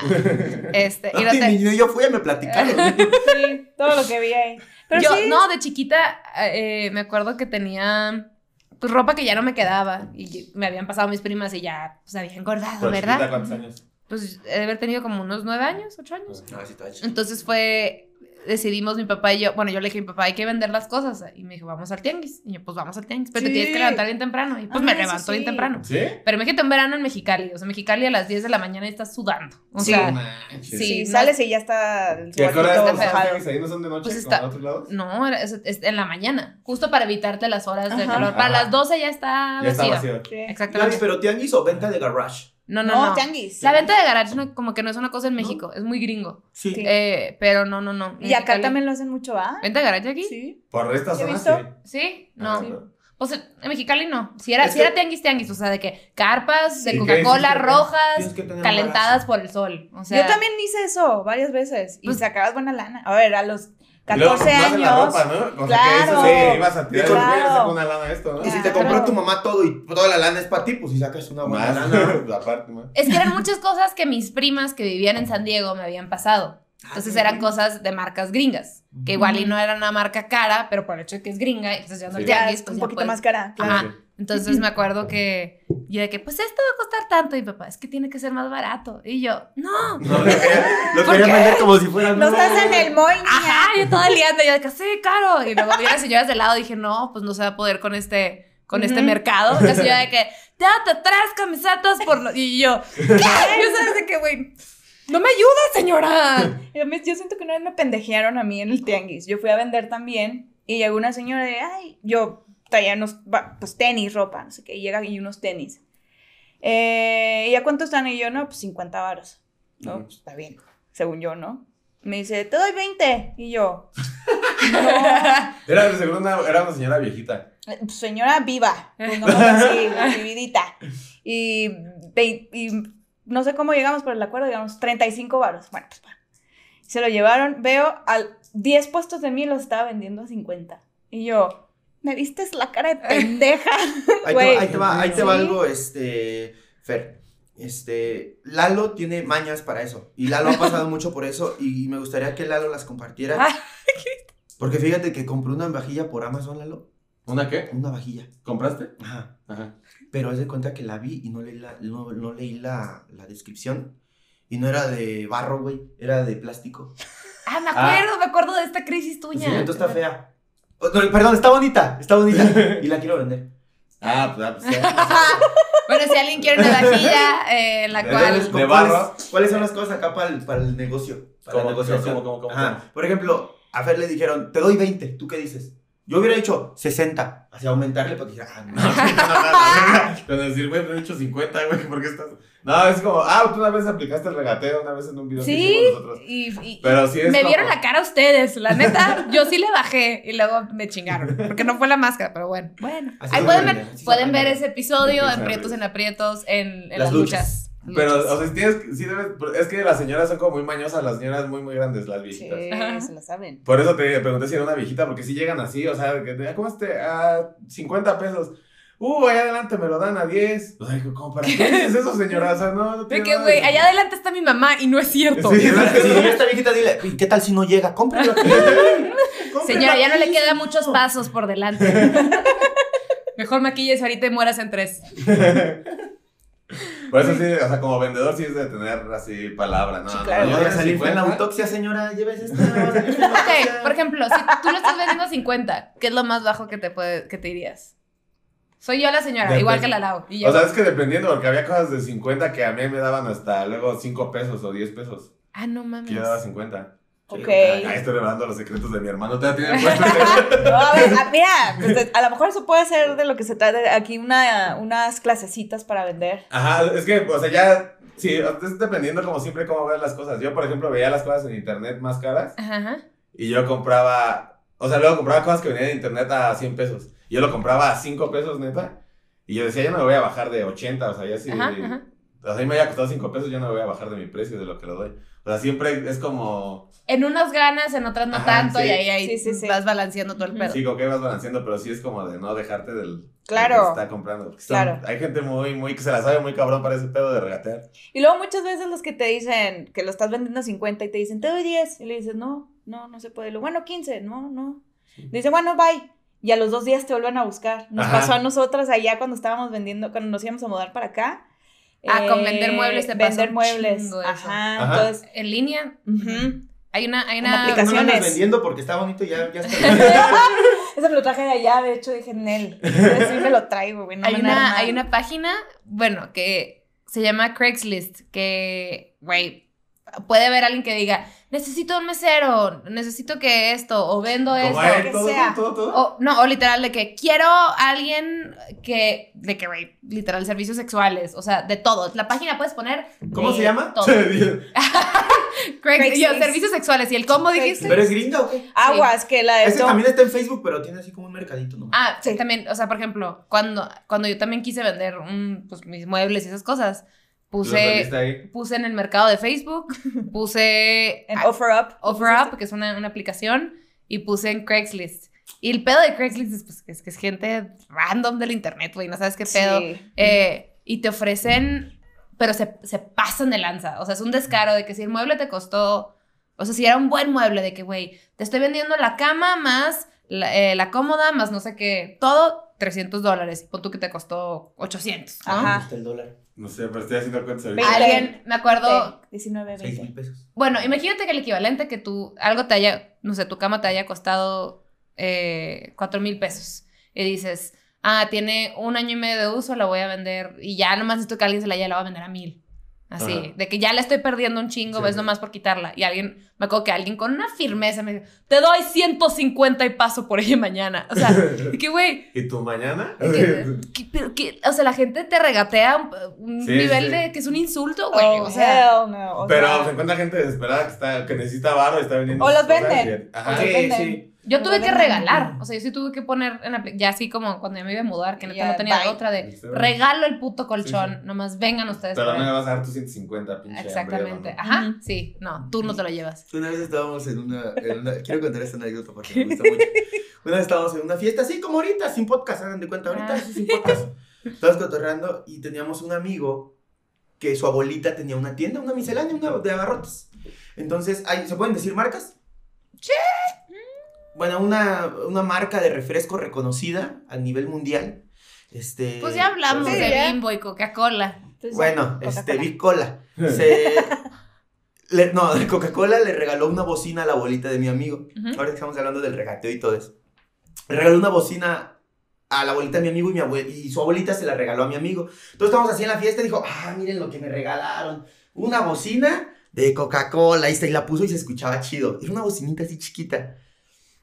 S1: Este, y no
S3: Ay,
S1: te-
S3: ni- ni yo fui a me
S1: (laughs)
S3: platicaron.
S2: Sí, todo lo que vi ahí. Pero
S1: yo,
S2: sí.
S1: no, de chiquita eh, me acuerdo que tenía pues, ropa que ya no me quedaba y me habían pasado mis primas y ya pues había engordado,
S4: Pero chiquita,
S1: ¿verdad?
S4: ¿Cuántos años?
S1: Pues he de haber tenido como unos nueve años, ocho años.
S3: No, sí, está chido.
S1: Entonces fue, decidimos mi papá y yo, bueno, yo le dije a mi papá, hay que vender las cosas. Y me dijo, vamos al tianguis. Y yo, pues vamos al tianguis, pero te
S2: Sí.
S1: tienes que levantar bien temprano. Y pues me
S2: Ah, eso
S1: levantó bien
S2: sí.
S1: temprano.
S4: ¿Sí?
S1: Pero imagínate un verano en Mexicali, o sea, Mexicali a las 10 de la mañana estás sudando. O
S2: Sí.
S1: sea,
S4: Manches.
S1: sí,
S2: Sí,
S1: no-
S2: sales y ya está el
S4: ¿Y a qué hora
S2: guatito
S4: están los
S1: mojado.
S4: tianguis ahí? ¿No son de noche
S1: Pues
S4: como
S1: está-
S4: en otros lados?
S1: no, era- es, es en la mañana, justo para evitarte las horas de
S2: Ajá.
S1: calor. Para
S4: Ajá.
S1: las 12 ya está
S4: Ya
S1: vacío.
S4: está vacío.
S2: Sí.
S3: Gaby,
S1: Exactamente.
S3: pero tianguis o venta de garage.
S1: No, no,
S2: No,
S1: no.
S2: tianguis.
S1: La venta de garage no- como que no es una cosa en México, es muy gringo.
S3: Sí.
S2: Sí.
S1: Eh, pero no, no, no.
S2: Y acá
S1: Mexicali-
S2: también lo hacen mucho, ¿va?
S1: ¿Venta de garage aquí? Sí.
S2: Sí.
S4: Por estas
S2: ¿Ya
S4: zonas,
S2: visto?
S4: sí.
S1: No.
S4: Ah, pero-
S1: Pues en Mexicali no. Si era,
S3: Es
S1: si
S3: que-
S1: era tianguis, tianguis. O sea, de que carpas
S4: ¿Y
S1: de
S4: qué
S1: Coca-Cola
S4: hiciste?
S3: Tienes
S1: rojas,
S3: que tener un
S1: calentadas por el sol. O sea,
S2: Yo también hice eso varias veces y
S1: Pues-
S2: sacabas buena lana. A ver, a los 14
S4: Y luego, no hacen la
S2: años.
S4: ropa, ¿no? O sea,
S2: Claro.
S4: que dices, sí, ibas a tirar
S3: Claro.
S4: el pelo, sacó una lana de esto, ¿no?
S3: Y si te
S1: ah,
S2: Claro.
S3: compró tu mamá todo y toda la lana es para ti, pues si sacas una buena
S1: (laughs)
S4: Más,
S3: lana.
S4: aparte, (laughs) más.
S1: Es que eran muchas cosas que mis primas que vivían en San Diego me habían pasado. Entonces
S2: Ah,
S1: eran cosas de marcas gringas. Que igual y no era una marca cara, pero por el hecho de que es gringa y que estás llevando al
S4: Sí.
S2: Ya,
S1: tianguis, pues
S2: un
S1: ya
S2: poquito
S1: puedes-
S2: más cara. claro.
S1: Ajá. Entonces me acuerdo que yo de que, pues esto va a costar tanto. Y mi papá, es que tiene que ser más barato. Y yo, no.
S3: No, lo quería, lo
S1: ¿Por
S3: quería
S1: qué?
S3: vender como si fuera
S2: No
S3: nuevo.
S2: estás en el mall, niña.
S1: Ajá, yo toda liando, yo de que sí, caro. Y luego vi a las señoras de lado y dije, no, pues no se va a poder con este, con este
S2: Ujú.
S1: mercado. La señora de que, ya te traes camisetas por lo-". Y yo, ¿qué? Yo sabes de que, güey, no me ayudas, señora.
S2: Yo, me- yo siento que una vez me pendejearon a mí en el tianguis. Yo fui a vender también y llegó una señora y, ay, yo traía unos, va- pues tenis, ropa, no sé qué, y llega y unos tenis. Eh, ¿Y a cuánto están? Y yo, no, pues 50 varos. No,
S4: Ujú.
S2: pues está bien, según yo, ¿no? Me dice, te doy 20. Y yo, "No,
S4: Era, según una, era una señora viejita.
S2: eh, pues, señora viva,
S1: Pues
S2: pongamos así, vividita. Y, ve- y no sé cómo llegamos por el acuerdo, digamos, 35 varos. Bueno, pues va. Se lo llevaron, veo, al 10 puestos de mí los estaba vendiendo a 50. Y yo, me vistes la cara de pendeja.
S3: Ahí te,
S2: Güey.
S3: va, ahí te va, ahí te va
S2: Sí.
S3: algo, este, Fer. Este, Lalo tiene mañas para eso. Y Lalo ha
S2: (laughs)
S3: pasado mucho por eso. Y me gustaría que Lalo las compartiera.
S2: Ah,
S1: Ay,
S3: Porque fíjate que compró una vajilla por Amazon, Lalo.
S4: ¿Una qué?
S3: Una vajilla.
S4: ¿Compraste?
S3: Ajá.
S4: Ajá.
S3: Pero haz de cuenta que la vi y no leí la, no, no leí la, la descripción. Y no era de barro, güey. Era de plástico.
S1: Ah, me
S4: Ah.
S1: acuerdo, me acuerdo de esta crisis
S3: Sí,
S1: tuya.
S3: entonces está fea. Oh, no, perdón, está bonita.
S2: (laughs)
S3: Está bonita. Y la quiero vender.
S4: Ah, pues, ah, pues sí.
S1: bueno, si alguien quiere una vajilla eh, en la
S4: De
S1: cual...
S4: dónde- barro?
S3: ¿Cuáles, cuáles son las cosas acá para el, para el negocio? Para
S4: ¿Cómo,
S3: la negociación.
S4: cómo, cómo, cómo,
S3: Ajá.
S4: cómo?
S3: Por ejemplo, a Fer le dijeron, te doy 20, ¿tú qué dices? Yo hubiera dicho 60, así aumentarle para que dijera, ah, no.
S4: pues, (laughs) Con decir, güey, pero he hecho 50, güey, ¿por qué estás? No, es como, ah, tú una vez aplicaste el regateo, una vez en un video que
S1: Sí,
S4: hicimos nosotros.
S1: y, y-
S4: Pero sí es
S1: me
S4: como-
S1: vieron la cara ustedes,
S4: (laughs)
S1: la neta, yo sí le bajé y luego me chingaron, porque no fue la máscara, pero bueno. Bueno,
S3: Así
S1: ahí
S3: se
S1: pueden
S3: aprende,
S1: ver,
S3: así se
S1: pueden
S3: aprende.
S1: ver ese episodio
S4: Aprietos
S1: en
S4: en
S1: Prietos en Aprietos, en, en
S3: Las
S1: las luchas.
S4: (laughs) Pero,
S1: Luchas.
S4: o sea, si tienes, que- sí debes- es que las señoras son como muy mañosas, las señoras muy, muy grandes, las viejitas.
S1: Ajá.
S2: se la saben.
S4: Por "Ah, eso te pregunté si era una viejita, porque si llegan así, o sea, que te, ¿cómo este? A 50 pesos. uh, allá adelante me lo dan a 10. O sea, digo, ¿cómo
S1: (laughs)
S4: para qué dices eso, señora? O sea, no, no
S1: De
S4: tiene
S1: que,
S4: nada
S1: güey, allá adelante está mi mamá y no es cierto.
S3: (laughs)
S4: (laughs) Sí.
S3: Si llega esta viejita, dile, "¿Y ¿qué tal si no llega? Cómprelo.
S4: (laughs)
S3: aquí.
S1: (laughs)
S3: Cómprelo
S1: Señora, ya no le
S3: aquí,
S1: queda
S3: señor".
S1: muchos pasos por
S4: (laughs)
S1: delante. Mejor maquilles ahorita y mueras en tres.
S4: Por eso sí, o sea, como vendedor sí es de tener así palabra, ¿no?
S2: Sí,
S4: No,
S2: claro.
S4: no,
S3: Yo voy a salir fue en la
S4: 50.
S3: autopsia, señora. Lleves
S4: (laughs)
S3: esta. vas a hacer la
S1: Ok,
S3: autopsia.
S1: por ejemplo, si tú lo estás vendiendo a 50, ¿qué es lo más bajo que te, puede, que te irías? Soy yo la señora,
S4: Depende.
S1: igual que la Lau. y ya.
S4: O sea, es que dependiendo, porque había cosas de 50 que a mí me daban hasta luego 5 pesos o 10 pesos.
S1: ah, no
S4: Que yo daba
S1: mames.
S4: 50.
S2: Ok.
S4: Ahí
S2: (laughs)
S4: estoy revelando los secretos de mi hermano. Te tiene puesto. este.
S2: No, a ver, ah, mira, pues, a lo mejor eso puede ser de lo que se trata aquí, una, unas clasecitas para vender.
S4: Ajá, es que, o sea, ya. Sí, es dependiendo como siempre cómo ves las cosas. Yo, por ejemplo, veía las cosas en internet más caras
S1: Ajá, ajá.
S4: y yo compraba. O sea, luego compraba cosas que venían de internet a 100 pesos. Yo lo compraba a 5 pesos, neta. Y yo decía, yo no me voy a bajar de 80. O sea, ya sí.
S1: ajá, ajá.
S4: O sea, a mí me haya costado 5 pesos, yo no me voy a bajar de mi precio de lo que lo doy. O sea, siempre es como.
S1: En unas ganas, en otras no
S4: Ajá,
S1: tanto,
S4: sí.
S1: y ahí, ahí
S2: Sí, sí, sí.
S1: vas balanceando todo el
S2: Ujú.
S1: pedo.
S4: Sí, con qué vas balanceando, pero sí es como de no dejarte del
S2: Claro.
S4: del que está comprando. Porque son-
S2: Claro.
S4: Hay gente muy, muy que se la sabe muy cabrón para ese pedo de regatear.
S2: Y luego muchas veces los que te dicen que lo estás vendiendo a 50 y te dicen, te doy 10. Y le dices, no, no, no se puede. Y luego, bueno, 15, no, no. Dice, bueno, bye. Y a los dos días te vuelven a buscar. Nos
S4: Ajá.
S2: pasó a nosotras allá cuando estábamos vendiendo, cuando nos íbamos a mudar para acá. Eh,
S1: Ah, con vender muebles te pasó
S2: Vender
S1: un
S2: muebles.
S1: chingo eso.
S2: Ajá,
S4: Ajá. (laughs)
S2: entonces. (laughs)
S1: En línea,
S2: ujú.
S1: hay una, hay
S2: Una
S1: una,
S2: aplicación.
S3: No lo andas
S2: Ocasiones.
S3: vendiendo porque está bonito, ya, ya está.
S2: Ese me lo traje de allá, de hecho dije, Nel, sí me lo traigo, güey. No
S1: hay,
S2: me
S1: una,
S2: nada
S1: hay
S2: mal".
S1: una página, bueno, que se llama Craigslist, que, güey, puede haber alguien que diga, necesito un mesero, necesito que esto, o vendo
S4: Como
S1: esto.
S4: hay
S2: que
S4: todo,
S2: sea.
S4: todo, todo, todo.
S1: O, no, o literal, de que quiero a alguien que, de que, güey, literal, servicios sexuales, o sea, de todo. La página puedes poner.
S3: ¿Cómo
S1: de
S3: se llama? (laughs)
S1: todo. Craigslist,
S2: Craigslist.
S1: yo, servicios sexuales. ¿Y el cómo dijiste?
S3: ¿Pero es gringa o qué?
S2: Aguas, que la de
S3: Ese
S2: Tom-
S3: también está en Facebook, pero tiene así como un mercadito, ¿no?
S1: Ah,
S2: Sí.
S1: también, o sea, por ejemplo, cuando, cuando yo también quise vender un, pues, mis muebles y esas cosas,
S4: Los
S1: puse,
S4: vendiste ahí.
S1: puse en el mercado de
S2: (laughs)
S1: Facebook, puse
S2: en
S1: ah,
S2: Offer Up.
S1: OfferUp, que es una, una aplicación, y puse en Craigslist. Y el pedo de Craigslist es, pues, es que es gente random del internet, güey, no sabes qué pedo.
S2: Sí.
S1: Eh, y te ofrecen, pero se, se pasan de lanza. O sea, es un descaro de que si el mueble te costó, o sea, si era un buen mueble, de que, güey, te estoy vendiendo la cama más la, eh, la cómoda, más no sé qué, todo 300 dólares. Y pon tú que te costó 800. ¿no?
S2: Ajá.
S3: ¿Dónde está el dólar?
S4: No sé, pero estoy haciendo cuentas ahorita.
S2: Veinte.
S1: Alguien, me acuerdo,
S2: 19,
S3: 6 mil
S2: 20.
S3: pesos.
S1: bueno, imagínate que el equivalente que tú, algo te haya, no sé, tu cama te haya costado eh, 4 mil pesos. Y dices, ah, tiene un año y medio de uso, la voy a vender. Y ya nomás necesito que alguien se la haya, la va a vender a mil. Así,
S4: Ajá.
S1: de que ya la estoy perdiendo un chingo,
S4: Sí,
S1: ves
S4: sí.
S1: nomás por quitarla. Y alguien, me acuerdo que alguien con una firmeza me dijo, te doy 150 y paso por ella mañana. O sea,
S4: (laughs)
S1: de que güey,
S4: (laughs) ¿Y tú
S2: (laughs)
S4: mañana?
S1: de que- que- pero que- o sea, la gente te regatea un, un
S4: Sí,
S1: nivel
S4: sí.
S1: de que es un insulto, güey.
S2: Oh,
S1: o sea,
S2: hell no. o
S4: (laughs) Pero
S2: sea,
S4: se encuentra gente desesperada que, está, que necesita varo y está vendiendo.
S2: O los
S4: sus cosas
S2: venden.
S4: y- Ajá.
S2: Sí, venden.
S1: Yo tuve que
S2: Bueno,
S1: regalar, o sea, yo sí tuve que poner en la, apli- ya así como cuando ya me iba a mudar, que neta
S2: Ya,
S1: no tenía
S2: bye.
S1: otra de
S4: Sí.
S1: regalo el puto colchón,
S4: Sí,
S1: nomás vengan ustedes.
S4: Pero
S1: por
S4: no
S1: él".
S4: me vas a dar tus 150, pinche.
S1: Exactamente.
S4: hambriento,
S1: Ajá,
S2: Ujú.
S1: sí, no, tú no te lo llevas.
S3: Una vez estábamos en una, en
S1: (laughs)
S3: una- Quiero contar esta anécdota porque me gusta mucho. Una vez estábamos en una fiesta, así como ahorita, sin podcast, hagan de cuenta, ahorita
S1: Ah.
S3: sí, sin podcast. Estábamos cotorreando y teníamos un amigo que su abuelita tenía una tienda, una miscelánea, una de abarrotes. Entonces, ahí ¿se pueden decir marcas?
S1: Sí.
S3: Bueno, una, una marca de refresco reconocida a nivel mundial. Este,
S1: Pues ya hablamos
S2: Sí,
S1: de
S2: ya.
S1: Bimbo y Coca-Cola.
S2: entonces,
S3: Bueno,
S2: Coca-Cola.
S3: este, Big Cola.
S4: ¿no? (laughs)
S3: Se... le- no, de Coca-Cola le regaló una bocina a la abuelita de mi amigo.
S1: Ujú.
S3: Ahora que estamos hablando del regateo y todo eso. Le regaló una bocina a la abuelita de mi amigo y, mi abue- y su abuelita se la regaló a mi amigo. Entonces estábamos así en la fiesta y dijo, ah, miren lo que me regalaron. Una bocina de Coca-Cola. Y se- y la puso y se escuchaba chido. Era una bocinita así chiquita.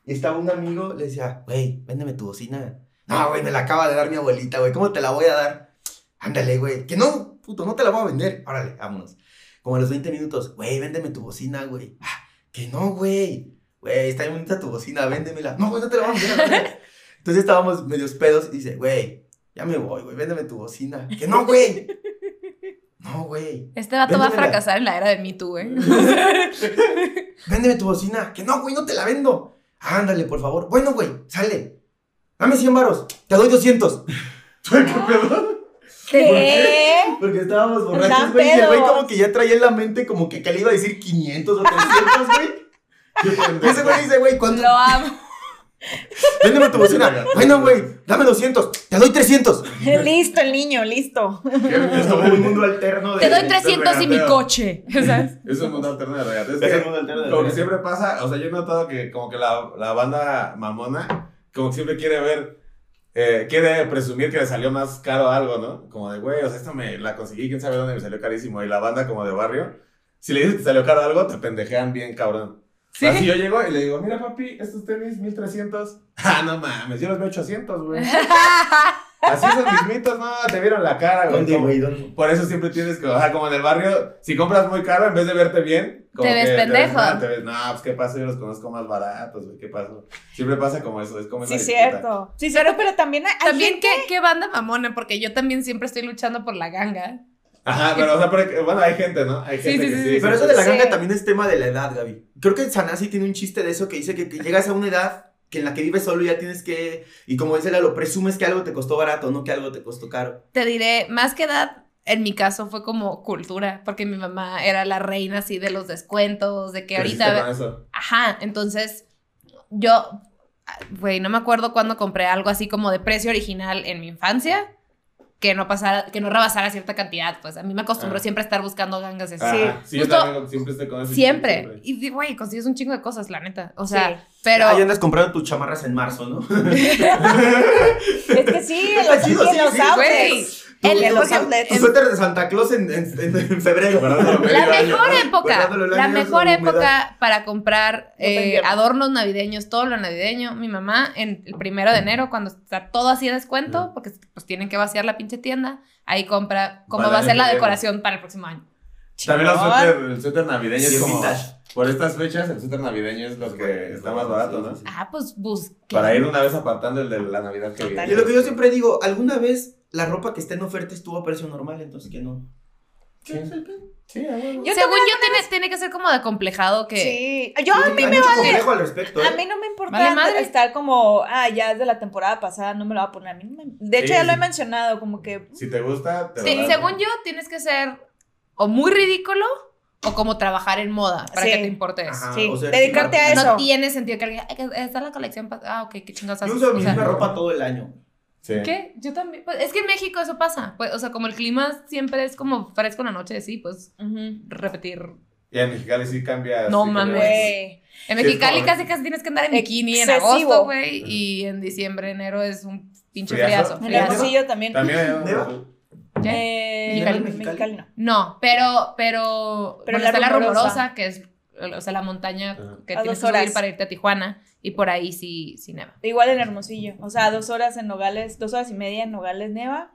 S3: Y estaba un amigo, le decía, güey, véndeme tu bocina. No, güey, me la acaba de dar mi abuelita, güey. ¿Cómo te la voy a dar? Ándale, güey. Que no, puto, no te la voy a vender. Órale, vámonos. Como a los 20 minutos, güey, véndeme tu bocina, güey. "Ah, que no, güey. Güey, está bien bonita tu bocina, véndemela. No, güey, no te la vamos a vender. Entonces estábamos medios pedos y dice, güey, ya me voy, güey, véndeme tu bocina. Que no, güey. No, güey.
S1: Este vato va a
S3: Véndemela.
S1: fracasar en la era de Me Too, ¿eh?
S4: (laughs)
S1: güey.
S3: Véndeme tu bocina. Que no, güey, no te la vendo. Ándale, por favor. Bueno, güey, sale. Dame 100 varos. Te doy 200. ¿Qué pedo?
S2: ¿Qué?
S3: Porque estábamos borrachos,
S2: Estaban
S3: güey. Y el güey
S2: pedos.
S3: como que ya traía en la mente como que, que le iba a decir 500 o 300, güey.
S4: (laughs)
S3: Y ese güey dice, güey, ¿cuánto?
S1: Lo amo.
S3: Véndeme tu bocina. Bueno, güey, dame 200. Te doy 300.
S2: (laughs) Listo, el niño, listo.
S3: Es como un mundo alterno de...
S1: Te doy 300 y mi
S4: regateo.
S1: coche. (laughs) O sea,
S4: (laughs) Es un mundo alterno de regates.
S3: Es el mundo alterno de
S4: Lo que
S3: regates.
S4: siempre pasa, o sea, yo he notado que como que la, la banda mamona, como que siempre quiere ver, eh, quiere presumir que le salió más caro algo, ¿no? Como de, güey, o sea, esto me la conseguí, quién sabe dónde me salió carísimo. Y la banda como de barrio, si le dices que te salió caro algo, te pendejean bien, cabrón.
S1: Sí.
S4: Así yo llego y le digo, mira papi, estos tenis 1300. (laughs) Ah, no mames, yo los veo 800,
S1: (laughs)
S4: güey. Así son mismitos, no, te vieron la cara, güey.
S3: ¿Dónde,
S4: Como-
S3: güey? ¿Dónde?
S4: por eso siempre tienes que, o sea, como en el barrio, si compras muy caro, en vez de verte bien, como
S1: Te ves
S4: que
S1: pendejo.
S4: mal, te ves, no, pues qué pasa, yo los conozco más baratos, güey, qué pasa. Siempre pasa como eso, es como esa
S2: Sí,
S4: disputa.
S2: cierto. Sí, cierto, pero también hay
S1: también
S2: gente-
S1: qué, qué banda mamona, porque yo también siempre estoy luchando por la ganga.
S4: Ajá, pero, o sea, pero- bueno, hay gente, ¿no? Hay
S1: Sí,
S4: gente
S1: sí,
S4: que
S1: sí,
S4: sí.
S1: sí.
S3: Pero eso de la
S2: Sí.
S3: ganga también es tema de la edad, Gaby. Creo que Sanasi tiene un chiste de eso que dice que, que llegas a una edad que en la que vives solo y ya tienes que, y como dice Lalo, presumes que algo te costó barato, no que algo te costó caro.
S1: Te diré, más que edad, en mi caso fue como cultura, porque mi mamá era la reina así de los descuentos, de que
S4: Creciste
S1: ahorita...
S4: con eso.
S1: Ajá, entonces yo, ah, güey, no me acuerdo cuándo compré algo así como de precio original en mi infancia, que no pasara, que no rebasara cierta cantidad, pues a mí me acostumbró
S4: Ah.
S1: siempre a estar buscando gangas y así.
S4: Ajá, Sí, yo
S1: Justo-
S4: también siempre estoy con eso.
S1: Siempre. Y di- güey, consigues un chingo de cosas, la neta. O sea,
S2: Sí.
S1: pero...
S3: Ahí andas comprando tus chamarras en marzo, ¿no?
S2: Es que sí, en
S3: Está
S2: los,
S3: chido,
S2: en
S3: sí,
S2: los
S3: sí,
S1: güey,
S2: outlets.
S1: (laughs) el-
S2: en
S1: por
S2: los
S1: ejemplo,
S2: outlets.
S3: Tu suéter de Santa Claus en, en- en- en febrero.
S4: Guardándolo medio
S1: La
S4: año,
S1: mejor
S4: ¿no?
S1: época,
S3: Guardándolo el
S1: la
S3: año de
S1: mejor
S3: humedad.
S1: época para comprar
S2: Yo te
S1: eh,
S2: invierno.
S1: adornos navideños, todo lo navideño. Mi mamá en el primero de enero, cuando está todo así de descuento, porque pues tienen que vaciar la pinche tienda, ahí compra cómo
S4: Para
S1: va a
S4: el
S1: ser la
S4: invierno.
S1: decoración para el próximo año.
S4: También los
S2: Chingón.
S4: suéter, el suéter navideño
S3: Sí,
S4: es como,
S3: vintage.
S4: por estas fechas, el suéter navideño es lo que está más barato, ¿no?
S1: Ah, pues busqué.
S4: Para ir una vez apartando el de la Navidad que viene.
S3: Y lo que yo siempre digo, alguna vez la ropa que está en oferta estuvo a precio normal, entonces que no.
S4: Sí, sí, a huevo.
S2: Yo
S1: Según yo, tiene, tiene que ser como de complejado que...
S2: Sí. Yo a mí
S3: Hay
S2: me
S3: mucho
S2: vale.
S3: complejo al respecto. ¿eh?
S2: A mí no me importa
S1: Vale madre.
S2: estar como, ah, ya es de la temporada pasada, no me lo va a poner. A mí no me- De hecho,
S4: Sí,
S2: ya lo
S4: sí.
S2: he mencionado, como que.
S4: Si te gusta, te
S1: Sí,
S4: va a dar.
S1: según yo, tienes que ser o muy ridículo o como trabajar en moda para
S2: Sí.
S1: que te importe eso.
S3: Ajá,
S2: sí,
S3: o sea,
S2: dedicarte a
S3: sí,
S2: eso.
S1: No tiene sentido que alguien... "Ay, que Está la colección... pas- Ah, ok, qué chingados
S3: Yo
S1: haces?".
S3: uso
S1: O
S3: mi
S1: sea,
S3: misma ropa todo el año.
S4: Sí.
S1: ¿Qué? Yo también. Pues, es que en México eso pasa. Pues, o sea, como el clima siempre es como fresco en la noche, sí, pues
S2: Ujú.
S1: repetir.
S4: Y en Mexicali sí cambia.
S1: No
S4: sí cambia
S1: mames.
S4: bastante.
S2: Güey.
S1: En
S4: Sí,
S1: Mexicali
S4: es como-
S1: casi casi tienes que andar en bikini en
S2: Excesivo.
S1: agosto, güey. Y en diciembre, enero es un pinche
S4: Friazo.
S1: friazo.
S2: En
S1: friazo.
S2: Hermosillo también.
S4: También hay algo-
S3: ¿Neva?
S1: ¿Qué?
S2: Eh,
S1: Mexicali.
S2: en Mexicali no.
S1: No, pero, pero,
S2: Pero
S1: bueno,
S2: la
S1: está la
S2: Rumorosa.
S1: rumorosa, que es o sea, la montaña
S4: Ajá.
S1: que
S2: A
S1: tienes
S2: dos
S1: que subir
S2: horas.
S1: para irte a Tijuana. Y por ahí sí, sí neva.
S2: Igual en Hermosillo. O sea, dos horas en Nogales, dos horas y media en Nogales neva,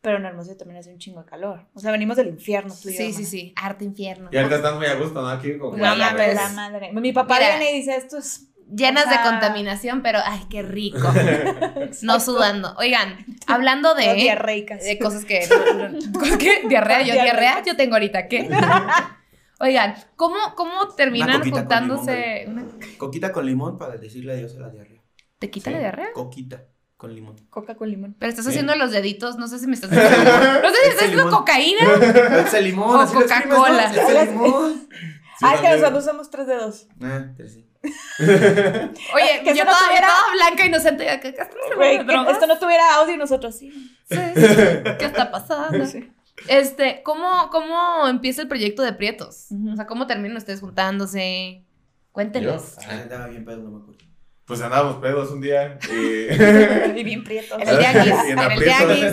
S2: pero en Hermosillo también hace un chingo de calor. O sea, venimos del infierno, tú y
S1: Sí,
S2: yo,
S1: sí,
S2: hermana.
S1: sí. Arte infierno.
S4: Y ahorita estás muy a gusto, ¿no? Aquí con
S1: No
S2: La
S1: mames.
S2: la madre. Mi papá
S1: Mira.
S2: viene y dice, esto es...
S1: Llenas
S2: O sea-
S1: de contaminación, pero ay, qué rico.
S4: (laughs)
S1: no sudando. Oigan, hablando de.
S2: Todas diarreicas.
S1: ¿Eh? De cosas que. no- no- cosas que- diarrea,
S2: (laughs)
S1: yo diarrea, yo tengo ahorita. ¿Qué? Oigan, ¿cómo, cómo
S3: Una
S1: terminan
S3: coquita con
S1: juntándose? una-
S3: Coquita con limón para decirle adiós a la diarrea.
S1: ¿Te quita la
S4: Sí.
S1: diarrea?
S3: Coquita con limón.
S2: Coca con limón.
S1: Pero estás
S4: Sí.
S1: haciendo los deditos, no sé si me estás haciendo. No sé si estás
S3: Ese
S1: haciendo
S3: limón.
S1: cocaína.
S3: (laughs) Echa limón,
S1: O
S3: así lo exprimes, ¿no?
S1: Coca-Cola. (laughs)
S3: Echa limón.
S4: Sí,
S2: ah, es que
S4: también.
S2: nosotros somos tres dedos.
S3: Ah, pero sí.
S1: Oye,
S2: Que
S1: yo
S2: eso no
S1: todavía
S2: tuviera-
S1: toda blanca, inocente. ¿Qué, qué estamos hablando
S2: Güey,
S1: de
S2: que
S1: drogas?
S2: esto no tuviera audio y nosotros
S1: (laughs)
S2: sí.
S1: Sí, ¿Qué está pasando? Este, ¿cómo, ¿cómo empieza el proyecto de Prietos?
S2: Ujú.
S1: O sea, ¿cómo terminan ustedes juntándose? Cuéntenos.
S4: Yo,
S3: Ah,
S4: ah,
S3: andaba bien pedo, no me acuerdo.
S4: Pues andábamos pedos un día.
S1: (laughs)
S4: Y... (laughs)
S2: y bien prieto. (laughs)
S1: En el tianguis,
S4: Y
S1: en
S4: en
S1: el
S4: aprietos.
S1: tianguis.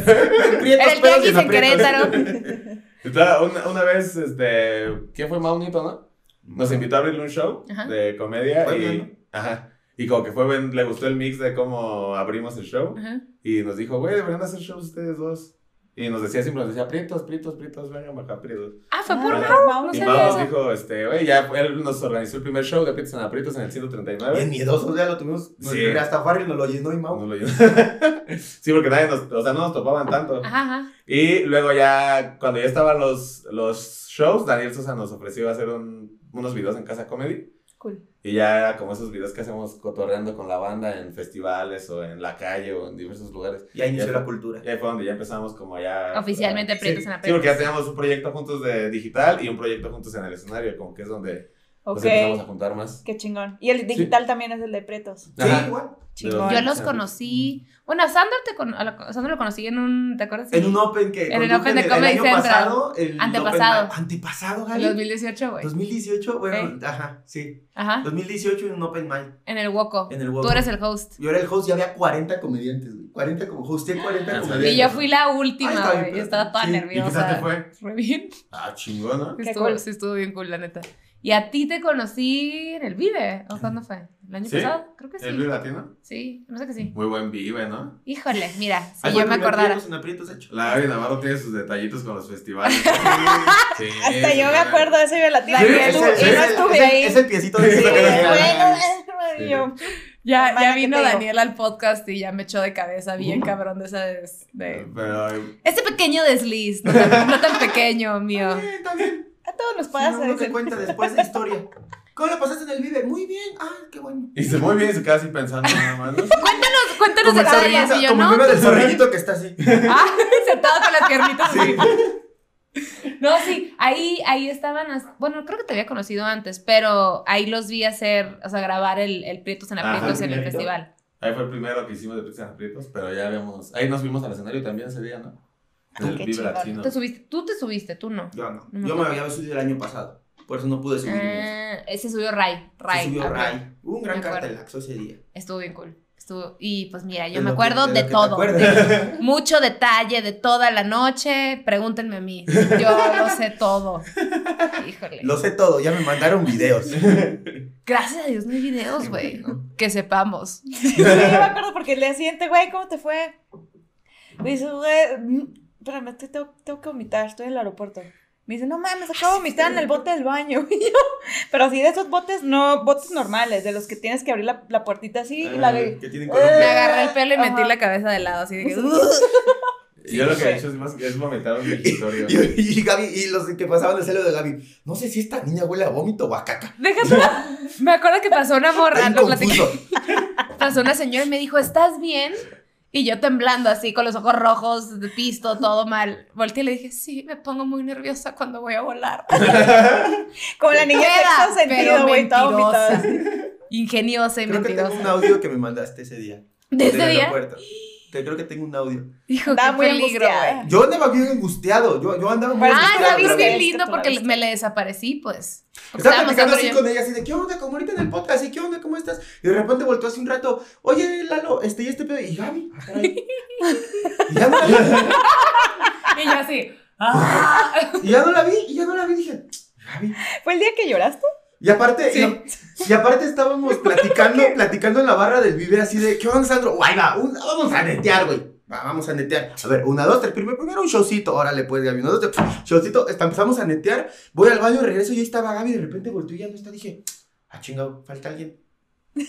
S3: Prietos,
S1: Era el
S3: pedos y
S1: tianguis en
S3: aprietos.
S4: (laughs)
S1: Querétaro.
S4: Estaba Una, una vez, este. ¿Quién fue Maunito, no? Nos invitó a abrir un show
S1: Ajá.
S4: de comedia.
S3: Fue
S4: Y,
S3: bien.
S4: ajá, y como que fue, buen- le gustó el mix de cómo abrimos el show.
S1: Ajá.
S4: Y nos dijo, güey, deberían hacer shows ustedes dos. Y nos decía siempre, nos decía, prietos, prietos, prietos, vengan para acá, prietos.
S1: Ah, fue
S2: Ah,
S1: por
S4: Ajá.
S1: Mau.
S2: Mau,
S1: No
S4: Y
S1: sabía
S4: Mau nos
S1: eso.
S4: dijo, este, güey, ya fue- él nos organizó el primer show de Prietos en Aprietos en el
S3: Bien
S4: 139.
S3: miedosos, ya lo tuvimos. Nos
S4: Sí.
S3: sí. hasta Farrell nos lo llenó y Mau.
S4: No lo llenó. (laughs) sí, porque nadie nos, o sea, no nos topaban tanto.
S1: Ajá, ajá.
S4: Y luego ya, cuando ya estaban los, los shows, Daniel Sosa nos ofreció hacer un- unos videos en Casa Comedy.
S2: Cool.
S4: Y ya era como esos videos que hacemos cotorreando con la banda en festivales o en la calle o en diversos lugares.
S3: Y ahí inició
S4: Ya.
S3: la cultura.
S4: Y ahí fue donde ya empezamos como ya... ah,
S1: Oficialmente
S4: Sí,
S1: Prietos en la
S4: Sí, porque
S1: Prietos.
S4: ya teníamos un proyecto juntos de digital y un proyecto juntos en el escenario, como que es donde
S2: Ok.
S4: nos empezamos a juntar más.
S2: Qué chingón. Y el digital también es el de pretos.
S3: Sí,
S4: Ajá.
S3: igual.
S2: Chingón.
S1: Yo los conocí. Bueno, a Sandra, te con- a la- a Sandra lo conocí en un. ¿Te acuerdas?
S3: En un Open que
S1: En el
S3: conduje
S1: Open de
S3: el
S1: Comedy
S3: año
S1: Central.
S3: pasado. el Open
S1: Antepasado.
S3: mic- antepasado,
S1: En
S3: Gaby.
S1: 2018, güey.
S3: 2018, bueno, ajá, sí.
S1: Ajá.
S3: 2018 en un Open Mic
S1: En el Woco.
S3: en el
S1: Tú
S3: World.
S1: eres el host.
S3: Yo era el host y había 40 comediantes, güey. 40 como hosté 40
S4: Ah,
S3: comediantes.
S1: Y yo fui la
S3: Ahí
S1: última,
S3: está bien,
S1: güey. Yo
S3: pero-
S1: estaba toda
S3: sí, y
S4: ¿Y quizás te
S1: nerviosa.
S4: fue?
S1: Re bien.
S4: Ah, chingón, ¿no?
S2: Qué
S1: Estuvo,
S2: cool.
S1: sí, estuvo bien cool, la neta. ¿Y a ti te conocí en el Vive? ¿O cuándo fue? ¿El año
S4: ¿Sí?
S1: pasado? Creo que sí.
S4: ¿El Blue Latino?
S1: Sí, no sé que sí.
S4: Muy buen vive, ¿no?
S1: Híjole, mira, si
S3: Ahí fue
S1: Ah, yo
S3: el
S1: me
S3: primer
S1: acordara.
S3: Prietos en aprietos hecho.
S4: La Gaby Navarro tiene sus detallitos con los
S2: (laughs)
S4: festivales. Sí,
S2: Hasta
S4: sí,
S2: yo me
S4: la-
S2: acuerdo de ese de la
S1: Sí,
S2: tierra. Y
S3: es,
S2: tú- y
S3: el,
S2: no
S3: es el-
S2: estuve
S3: es el-
S2: ahí.
S3: es el piecito de
S4: Sí,
S2: Sí,
S3: esa que nos
S2: bueno,
S3: regalan.
S2: y yo,
S1: Ya,
S2: Hermana,
S1: ya
S2: ¿qué
S1: vino
S2: te digo?
S1: Daniel al podcast y ya me echó de cabeza bien cabrón de esa des- de...
S4: Pero...
S1: Este pequeño desliz, no tan, no tan pequeño mío.
S3: Está bien.
S2: A todos nos
S3: Pasa,
S2: pasa.
S3: no,
S2: dicen.
S3: te cuenta después de historia. ¿Cómo la pasaste en el Vive? Muy bien. Ah, qué bueno.
S4: Y se muy bien, se queda así pensando nada más. ¿no?
S1: Cuéntanos, cuéntanos
S3: Como el
S1: detalles.
S3: zorrillito,
S1: Y yo,
S3: como el
S1: no,
S3: meme del
S1: tú-
S3: zorrillito que está así.
S1: Ah, (laughs) sentado con las piernitas así. No, sí, ahí, ahí estaban, las- bueno, creo que te había conocido antes, pero ahí los vi hacer, o sea, grabar el, el Prietos en
S4: Ajá,
S1: Aprietos en el
S3: primerito.
S1: festival.
S4: Ahí fue el primero que hicimos de Pizza en Aprietos, pero ya habíamos. Ahí nos vimos al escenario también ese día, ¿no? Del
S2: qué
S4: Vive
S2: chingón.
S4: Latino.
S1: Te subiste, tú te subiste, tú no.
S3: (laughs) Yo no.
S1: No.
S3: Yo me había subido el año pasado. Por eso no pude subir.
S1: Ah, ese subió Ray, Ray.
S3: Se subió
S1: ok.
S3: Ray. Hubo un gran
S1: Me acuerdo.
S3: cartelazo ese día.
S1: Estuvo bien cool. Estuvo, y pues mira, yo
S3: De
S1: me
S3: lo que-
S1: acuerdo
S3: de
S1: de,
S3: lo que te
S1: todo.
S3: acuerdas.
S1: de (laughs) mucho detalle, de toda la noche. Pregúntenme a mí. Yo lo sé
S3: (laughs)
S1: todo. Híjole.
S3: Lo sé todo, ya me
S1: (laughs)
S3: mandaron videos.
S1: Gracias a Dios, no hay videos, güey. ¿no? Que
S2: (laughs)
S1: sepamos.
S2: Sí, yo me acuerdo porque el día siguiente, güey, ¿cómo te fue? Me dice, güey, mm, espérame, te- tengo, tengo que vomitar, estoy en el aeropuerto. Me dice, no mames, acabo de vomitar en el bote del baño. (laughs) Y yo, pero así de esos botes, no, botes normales, de los que tienes que abrir la, la puertita así y la Eh, de...
S3: que tienen
S1: Me
S3: Colombia.
S1: agarré el pelo y
S2: Ajá.
S1: metí la cabeza de lado, así de que. "Ugh".
S4: Yo lo que he hecho es, más, es vomitar
S2: (laughs)
S4: un
S3: Y,
S4: digitorio.
S3: (laughs) y Gaby, y los que pasaban el celo de Gaby, no sé si esta niña huele a vómito o a caca.
S1: Déjate. Me acuerdo que pasó una morra,
S3: Está bien
S1: lo platicé.
S3: confuso.
S1: Pasó una señora y me dijo, ¿estás bien? Y yo temblando así, con los ojos rojos, de pisto, todo mal. Volteé y le dije, sí, me pongo muy nerviosa cuando voy a
S3: (laughs)
S1: volar.
S2: Como la niña de
S1: Queda,
S2: sexto sentido,
S1: pero
S2: güey, toda
S1: mentirosa.
S2: vomitada.
S1: Ingeniosa y
S3: Creo que tengo un
S1: mentirosa.
S3: audio que me mandaste ese día.
S1: De ese
S3: del
S1: día,
S3: aeropuerto. Te creo que tengo un audio.
S1: dijo, qué
S2: Estaba muy
S1: peligro,
S2: angustiada.
S1: güey.
S3: Yo andaba bien angustiado. Yo, yo andaba muy
S2: Pero
S1: Ah,
S2: es que
S1: la
S2: tú la
S3: angustiado.
S1: viste bien
S2: viste,
S1: lindo
S2: tú la
S1: porque
S2: viste.
S1: me le desaparecí, pues. Porque
S3: Estaba
S1: estábamos
S3: platicando así
S1: Sandra y yo.
S3: con ella, así de, ¿qué onda? Como ahorita en el podcast, ¿y qué onda? ¿Cómo estás? Y de repente voltó hace un rato, oye, Lalo, este y este pedo, y Gaby, ah,
S1: (laughs)
S3: caray. y, ya no la vi,
S1: Y yo así, "Ah".
S3: y ya no la vi, y ya no la vi, dije, Gaby.
S2: ¿Fue el día que lloraste?
S3: Y aparte, y, y aparte estábamos platicando, platicando en la barra del Vive, así de, ¿qué onda, Sandro? Guay, va, un- vamos a netear, güey. Va, Vamos a netear. A ver, una, dos, tres. Primero, primero un showcito. Órale, pues, Gaby. Una, dos, tres. Showcito. Está- empezamos a netear. Voy al baño, regreso. Y ahí estaba Gaby. De repente volteó y ya no está. Dije, ah, chingado, falta alguien.
S4: Yo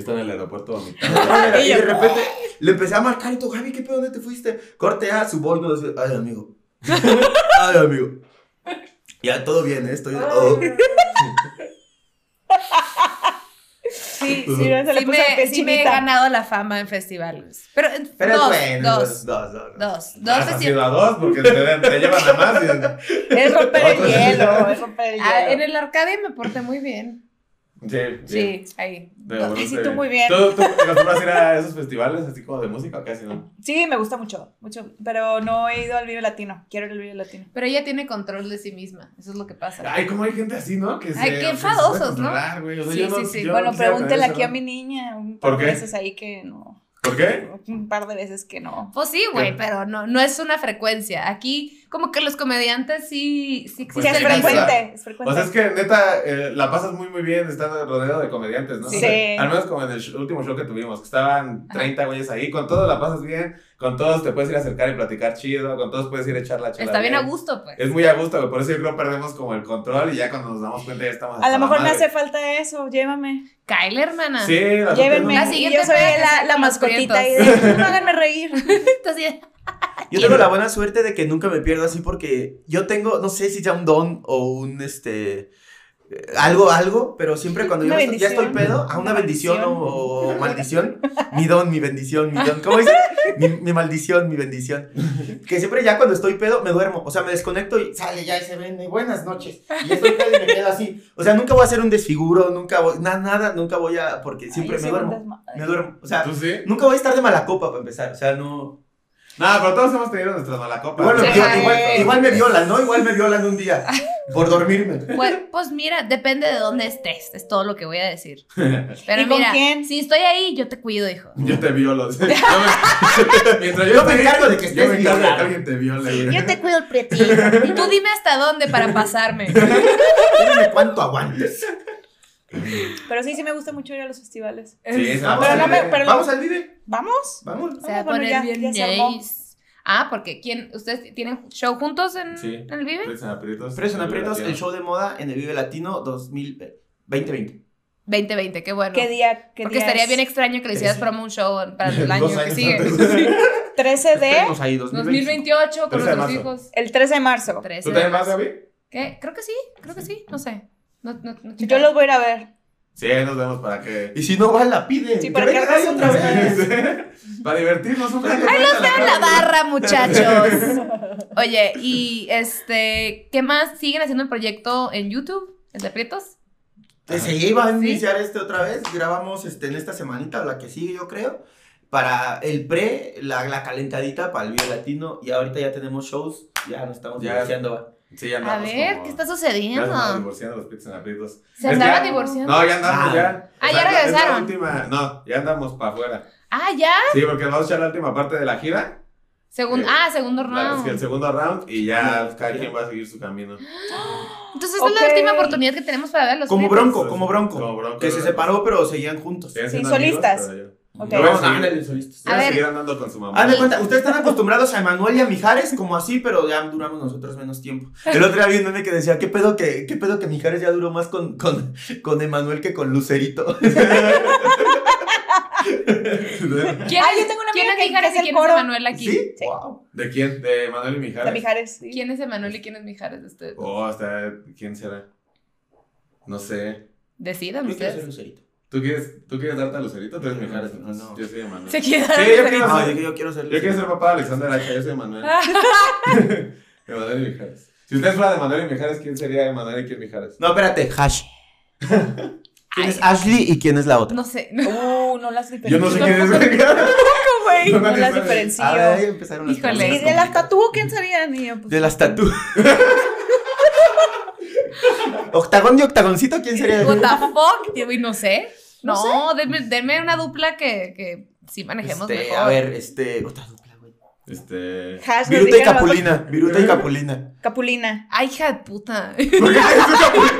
S4: estaba en el aeropuerto vomitando.
S3: Madre, y
S2: Ella,
S3: de repente le empecé a marcar y tú, Javi, ¿qué pedo? ¿Dónde te fuiste? Corte a su voz, no decía, ay, amigo. (laughs) Ay, amigo. Ya, todo bien, ¿eh? estoy. oh.
S2: Sí, sí, no, se le
S1: Sí
S2: puso la
S1: me,
S2: piel
S1: sí me he
S2: chinita.
S1: ganado la fama en festivales. Pero, en-
S3: Pero
S1: dos,
S3: bueno,
S1: dos,
S3: dos, dos. dos.
S1: dos, dos
S4: Has
S1: festivales.
S4: sido a dos porque te, te llevan a más. y-
S2: Es romper
S3: Ah,
S2: el hielo, es romper el
S1: Ah, en
S2: hielo.
S1: el arcade me porté muy bien.
S4: Sí,
S1: Sí, ahí.
S4: Pero
S2: Sí, sí,
S4: no sé.
S2: tú muy bien.
S4: ¿Tú, tú acostumbras ir a esos festivales así como de música o casi no?
S2: Sí, me gusta mucho, mucho, pero no he ido al Vive Latino, quiero ir al Vive Latino.
S1: Pero ella tiene control de sí misma. Eso es lo que pasa.
S4: Ay, cómo hay gente así, ¿no? Que
S1: Ay,
S4: se-
S1: qué
S4: que se sabe
S1: enfadosos, ¿no?
S4: controlar, güey. O sea,
S1: Sí,
S4: yo no-
S1: sí, sí.
S4: yo
S2: Bueno,
S4: no quisiera
S2: pregúntale
S4: tener
S2: aquí a
S4: eso,
S2: mi niña un
S4: ¿Por
S2: par de
S4: qué?
S2: veces ahí que no.
S4: ¿no? ¿Por qué?
S2: Un par de veces que no.
S1: Pues sí, güey,
S4: ¿Qué?
S1: pero no, no es una frecuencia. Aquí, como que los comediantes sí, sí
S4: Pues
S1: existe
S2: sí, es
S1: el
S4: frecuencia.
S1: vicio.
S2: frecuente, es
S1: Pues
S2: frecuente.
S4: O sea, es que neta, eh, la pasas muy, muy bien estando rodeado de comediantes, ¿no?
S1: Sí.
S4: O sea, al menos como en el sh- último show que tuvimos, que estaban 30 güeyes ahí, con todos la pasas bien, con todos te puedes ir a acercar y platicar chido, con todos puedes ir a echar la chela.
S1: Está bien a gusto, pues.
S4: Es muy a gusto, güey, por eso yo creo que perdemos como el control y ya cuando nos damos cuenta ya estamos.
S2: a
S4: hasta
S2: lo
S4: la
S2: mejor me
S4: madre.
S2: hace falta eso, llévame.
S1: Kyle, hermana.
S4: Sí, la neta
S2: Llévenme.
S1: La
S4: no-
S2: y
S1: siguiente
S2: yo soy
S1: vez
S2: la,
S1: es
S2: la
S1: con los
S2: mascotita y de,
S1: prietos.
S2: "No, (laughs) háganme reír.
S1: Entonces,
S3: Yo tengo la buena suerte de que nunca me pierdo así porque yo tengo, no sé si sea un don o un este. eh, algo, algo, pero siempre cuando yo
S2: Una
S3: ya estoy- ya estoy
S2: bendición.
S3: pedo, a una
S2: Una
S3: bendición o,
S2: bendición.
S3: o maldición, mi don, mi bendición, mi don, ¿cómo dice? Mi, mi maldición, mi bendición. Que siempre ya cuando estoy pedo me duermo, o sea, me desconecto y sale ya y se ven, y buenas noches. Y ya estoy pedo y me quedo así. O sea, nunca voy a hacer un desfiguro, nunca voy, nada, nada, nunca voy a, porque siempre
S2: Ay, ese
S3: me duermo.
S2: desmadre.
S3: Me duermo, o
S1: Ah,
S3: sea,
S4: ¿Tú sí?
S3: nunca voy a estar de mala copa para empezar, o sea, no...
S4: Nada, pero todos hemos tenido nuestras malacopas.
S3: Bueno,
S1: Sí.
S3: igual, igual- igual me violan, ¿no? Igual me violan
S2: (laughs)
S3: un día por dormirme.
S1: Pues, pues mira, depende de dónde estés, es todo lo que voy a
S4: (laughs)
S1: decir. Pero
S2: ¿Y con
S1: mira,
S2: quién?
S1: si estoy ahí, yo te cuido, hijo.
S4: Yo te violo.
S1: (laughs)
S4: sí. Yo me- (laughs) Mientras
S3: Yo
S4: esté
S3: me
S4: ahí,
S3: encargo de que
S4: Yo
S3: estés
S4: me encargo de que
S3: violado.
S4: alguien te viole.
S2: Yo te cuido el prietito.
S1: Y tú dime hasta dónde
S4: (laughs)
S1: para pasarme.
S3: Dime cuánto aguantes.
S2: (laughs) Pero sí, sí me gusta mucho ir a los festivales.
S4: Sí, esa
S3: Vamos,
S4: madre.
S2: no
S3: al,
S2: me-
S3: vive.
S2: pero no-
S3: vamos al vive.
S2: ¿Vamos?
S3: Vamos.
S1: Se va a
S2: Ah, bueno,
S1: poner
S2: ya-
S1: bien
S2: ya se armó.
S1: nice. Ah, porque ¿quién? ¿Ustedes tienen show juntos en,
S4: Sí.
S1: en el Vive?
S4: Presa en aprietos.
S3: Preso en aprietos, el show de moda en el Vive Latino 2020.
S1: 2020, qué bueno.
S2: ¿Qué día? ¿Qué
S1: porque
S2: día
S1: estaría
S2: es?
S1: bien extraño que le hicieras
S3: Sí.
S1: promo a un show en-
S4: (laughs)
S1: para el año
S4: Dos
S1: que
S4: años
S1: sigue.
S4: antes.
S2: 13 de...
S3: Estamos ahí, 2020.
S1: 2028 con
S4: Trece de
S1: nuestros
S4: marzo.
S1: hijos.
S2: El 13 de marzo.
S1: Trece
S4: ¿Tú
S1: de
S4: también vas,
S1: marzo.
S4: Gaby?
S1: ¿Qué? Creo que sí, creo que sí, no sé. No, no, no he
S2: Yo
S1: checado.
S2: los voy a ir a ver.
S4: Sí, nos vemos para que.
S3: Y si no va, la pide.
S2: Sí, para que
S3: venga ahí
S2: hagas
S3: otra vez. (laughs)
S4: (laughs) para divertirnos un rato.
S3: Ahí los
S1: Vean la
S4: (laughs)
S1: barra, muchachos. Oye, y este, ¿qué más? ¿Siguen haciendo el proyecto en YouTube? ¿El de Prietos?
S3: Se iba a iniciar este otra vez. Grabamos este, en esta semanita, o la que sigue, yo creo. Para el pre, la, la calentadita para el Vive Latino. Y ahorita ya tenemos shows. Ya nos estamos
S4: Ya.
S3: divorciando.
S4: Sí, ya
S1: A
S4: andamos
S1: ver,
S4: como-
S1: ¿qué está
S4: Ya andamos
S1: sucediendo?
S4: divorciando los pitos en aprietos.
S1: Se
S4: Es
S1: andaban
S4: que-
S1: divorciando.
S4: No, ya andamos,
S3: Ah.
S4: ya.
S1: Ah, ya
S4: es la- es la
S1: regresaron.
S4: última- No, ya andamos para afuera.
S1: Ah, ya.
S4: Sí, porque vamos a echar la última parte de la gira.
S1: Segundo,
S4: Eh,
S1: ah, segundo
S4: la- es que el
S1: round.
S4: segundo round y ya
S3: Ah.
S4: cada quien va a seguir su camino.
S1: Entonces esta es la
S2: Ok.
S1: última oportunidad que tenemos para ver a los
S3: Como
S1: Prietos.
S3: Bronco, como Bronco.
S4: Como Bronco,
S3: Que se
S4: ¿verdad?
S3: separó, pero seguían juntos.
S4: Siguen
S2: Sí,
S4: siendo
S2: solistas.
S4: amigos, pero
S2: Ok.
S4: ya- Yo voy
S3: No,
S4: a
S3: no,
S4: seguir-
S3: ándale, solistas.
S4: voy a
S1: A ver.
S4: seguir andando con su mamá.
S3: Haz de cuenta, Ah, ustedes están acostumbrados a Emanuel y a Mijares como así, pero ya duramos nosotros menos tiempo. El otro día vi un meme que decía, ¿qué pedo que, qué pedo que Mijares ya duró más con, con, con Emanuel que con Lucerito? (laughs)
S1: ¿Quién,
S2: Ah, yo tengo una
S1: ¿quién
S2: amiga
S1: es
S2: que- que
S1: Mijares
S2: es
S1: y
S2: el
S1: quién
S2: coro.
S1: es Emanuel aquí?
S3: ¿Sí? Wow.
S4: ¿De quién? ¿De Manuel y Mijares?
S2: De Mijares. sí.
S1: ¿Quién es Emanuel y quién es Mijares Este, de ustedes?
S4: Oh, hasta. ¿Quién será? No sé.
S1: Decidan
S3: Yo quiero ser
S1: ustedes.
S3: Lucerito.
S4: ¿Tú quieres, ¿tú quieres darte a Lucerito? Tú eres Mijares.
S3: No,
S4: entonces.
S3: no.
S4: Yo soy Manuel.
S1: Se quedaron.
S4: Sí, yo quiero-
S3: No, yo, yo quiero ser
S4: Yo quiero ser
S3: Lucerito.
S4: papá de Alexander Acha, yo soy Manuel. de Manuel y Mijares. Si usted fuera de Manuel y Mijares, ¿quién sería de Manuel y quién Mijares?
S3: No, espérate, Hash. ¿Quién
S1: Ay.
S3: es Ashley y quién es la otra?
S1: No sé. (laughs) no.
S2: Uh, no las diferencio.
S4: Yo no sé quién es. güey. (laughs)
S2: güey.
S4: No
S2: No,
S4: las
S2: las
S4: diferencio.
S2: diferencio.
S3: A ver, ahí empezaron las
S1: Híjole.
S2: ¿Y
S3: preguntas
S2: de las
S3: complicadas.
S2: tatu quién serían? Y yo, pues,
S3: De las tatu. (laughs) Octagón y octagoncito, ¿quién sería?
S1: What the fuck, tío, y no sé. No, denme, denme una dupla que, que sí manejemos
S3: Este,
S1: mejor.
S3: a ver, este, otra dupla, güey.
S4: Este.
S2: hash, nos
S3: Viruta y
S2: dijeron los dos.
S3: Capulina,
S4: ¿Eh?
S3: Viruta y Capulina.
S2: Capulina.
S1: Ay, hija de puta. (laughs)
S4: ¿Por qué es un Capulín?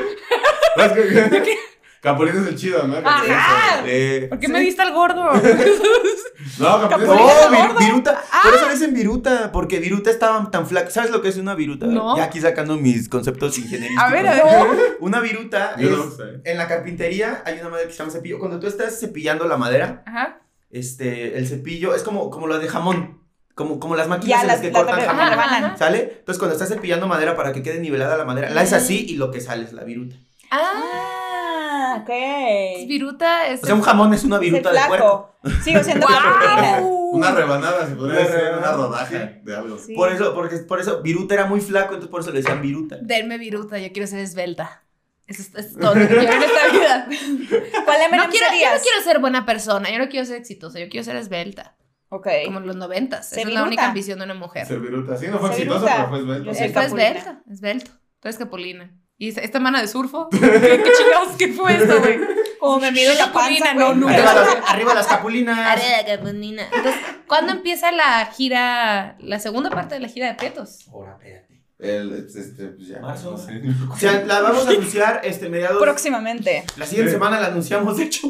S4: ¿Sabes qué? Capulín es el chido, ¿no?
S1: Ajá.
S3: Eh,
S1: ¿Por qué me diste al gordo?
S4: No, Capulín
S3: no,
S2: Capulín.
S4: es el chido.
S2: Oye,
S3: Vir-
S2: gordo.
S3: Viruta. Por
S1: Ah.
S3: eso le dicen Viruta, porque Viruta estaba tan flaca. ¿Sabes lo que es una Viruta?
S1: No.
S3: Ya aquí sacando mis conceptos ingenierísticos.
S1: A ver, a ver.
S3: Una Viruta
S4: Yo no
S3: es-
S4: sé.
S3: En la carpintería hay una madera que se llama cepillo. Cuando tú estás cepillando la madera,
S1: Ajá.
S3: este, el cepillo es como, como la de jamón. Como, como las máquinas
S2: Ya
S3: en
S2: las
S3: las
S2: la
S3: que cortan
S2: la-
S3: jamón.
S1: Ajá.
S2: rebanan.
S3: ¿Sale? Entonces, cuando estás cepillando madera para que quede nivelada la madera, la es así y lo que sale es la viruta.
S1: Ah,
S2: Ah, ok.
S1: es viruta es.
S3: O sea, un jamón es una
S2: El
S3: viruta de puerco.
S2: flaco. Sigo siendo (laughs) Capulina.
S1: ¡Guau!
S4: Una rebanada, se podría
S3: Una
S4: decir, una
S3: rebanada,
S4: rodaja
S3: sí.
S4: de algo.
S2: Sí.
S3: Por eso, porque, por eso, viruta era muy flaco, entonces por eso le decían viruta.
S1: Denme viruta, yo quiero ser esbelta. Eso es, es todo lo que quiero en (laughs) esta vida.
S2: ¿Cuál M
S1: No quiero, yo no
S2: serías?
S1: quiero ser buena persona, yo no quiero ser exitosa, yo quiero ser esbelta.
S2: Ok.
S1: Como en los noventas. Esa
S2: Ser
S1: es la única
S2: viruta.
S1: ambición de una mujer.
S4: Ser viruta. Sí, no fue
S2: Ser
S4: exitoso,
S2: viruta.
S4: pero fue esbelto.
S2: Yo
S1: Es
S2: soy
S1: esbelta,
S2: capulina.
S1: esbelto, esbelto. Tú eres capulina. ¿Y esta, esta mana de surfo? ¿Qué, qué chingados qué fue esto, güey?
S2: Como me mido la panza,
S1: Capulina,
S2: güey.
S1: Oh, no, nunca.
S3: Arriba las, arriba las capulinas.
S1: Área de capulina. Entonces, ¿cuándo empieza la gira, la segunda parte de la gira de Prietos?
S3: Ahora, espérate.
S4: El, este, pues ya.
S3: Marzo.
S4: No sé. (laughs)
S3: O sea, la vamos a anunciar este mediados.
S2: Próximamente.
S3: La siguiente semana la anunciamos, de hecho.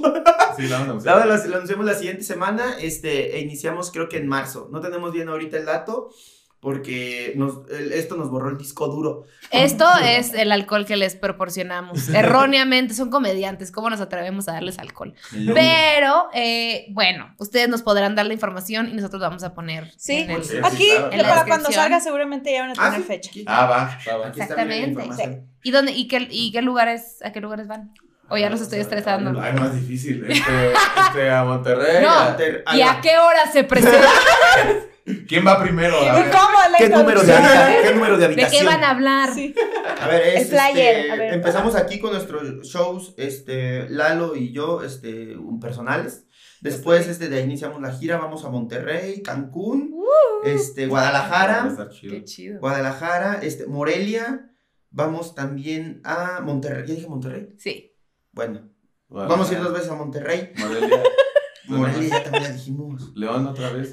S4: Sí, la vamos a
S3: La,
S4: usar.
S3: la- la anunciamos la siguiente semana, este, e iniciamos creo que en marzo. No tenemos bien ahorita el dato, porque nos, el- esto nos borró el disco duro.
S1: Esto es el alcohol que les proporcionamos. Erróneamente, son comediantes. ¿Cómo nos atrevemos a darles alcohol? Pero, eh, bueno, ustedes nos podrán dar la información y nosotros la vamos a poner.
S2: Sí,
S1: en el-
S3: Pues
S4: Sí,
S2: Aquí,
S4: claro.
S2: que
S1: En la
S2: para cuando
S1: descripción.
S2: salga, seguramente ya van a
S3: Ah,
S2: tener
S3: sí,
S2: fecha.
S3: aquí-
S4: Ah, va, va, va.
S3: aquí está bien la
S1: Exactamente.
S3: información.
S1: ¿Y, dónde, y, qué, ¿Y qué lugares, a qué lugares van? O ya los estoy estresando.
S4: Ay, más difícil. Este, este, a Monterrey.
S1: No.
S4: a-
S3: Ter-
S1: ¿Y a
S3: Alba,
S1: qué hora se presenta?
S4: ¿Quién va primero? A
S2: ¿Y
S4: ver.
S2: cómo? La
S3: ¿Qué número de
S2: introducción.
S3: habita- qué número de
S1: ¿De
S3: habitación?
S1: qué van a hablar?
S2: Sí.
S3: A ver, es,
S2: El flyer,
S3: este,
S2: a ver.
S3: empezamos aquí con nuestros shows, este, Lalo y yo, este, un- personales. Después, este, de ahí iniciamos la gira, vamos a Monterrey, Cancún, este,
S4: Va a
S3: Guadalajara,
S4: estar chido.
S1: Qué chido.
S3: Guadalajara, este, Morelia, vamos también a Monterrey, ¿ya dije Monterrey?
S1: Sí.
S3: Bueno,
S4: Bueno,
S3: vamos a ir dos veces a Monterrey,
S4: Morelia.
S3: Morelia ya también la dijimos.
S4: León otra vez.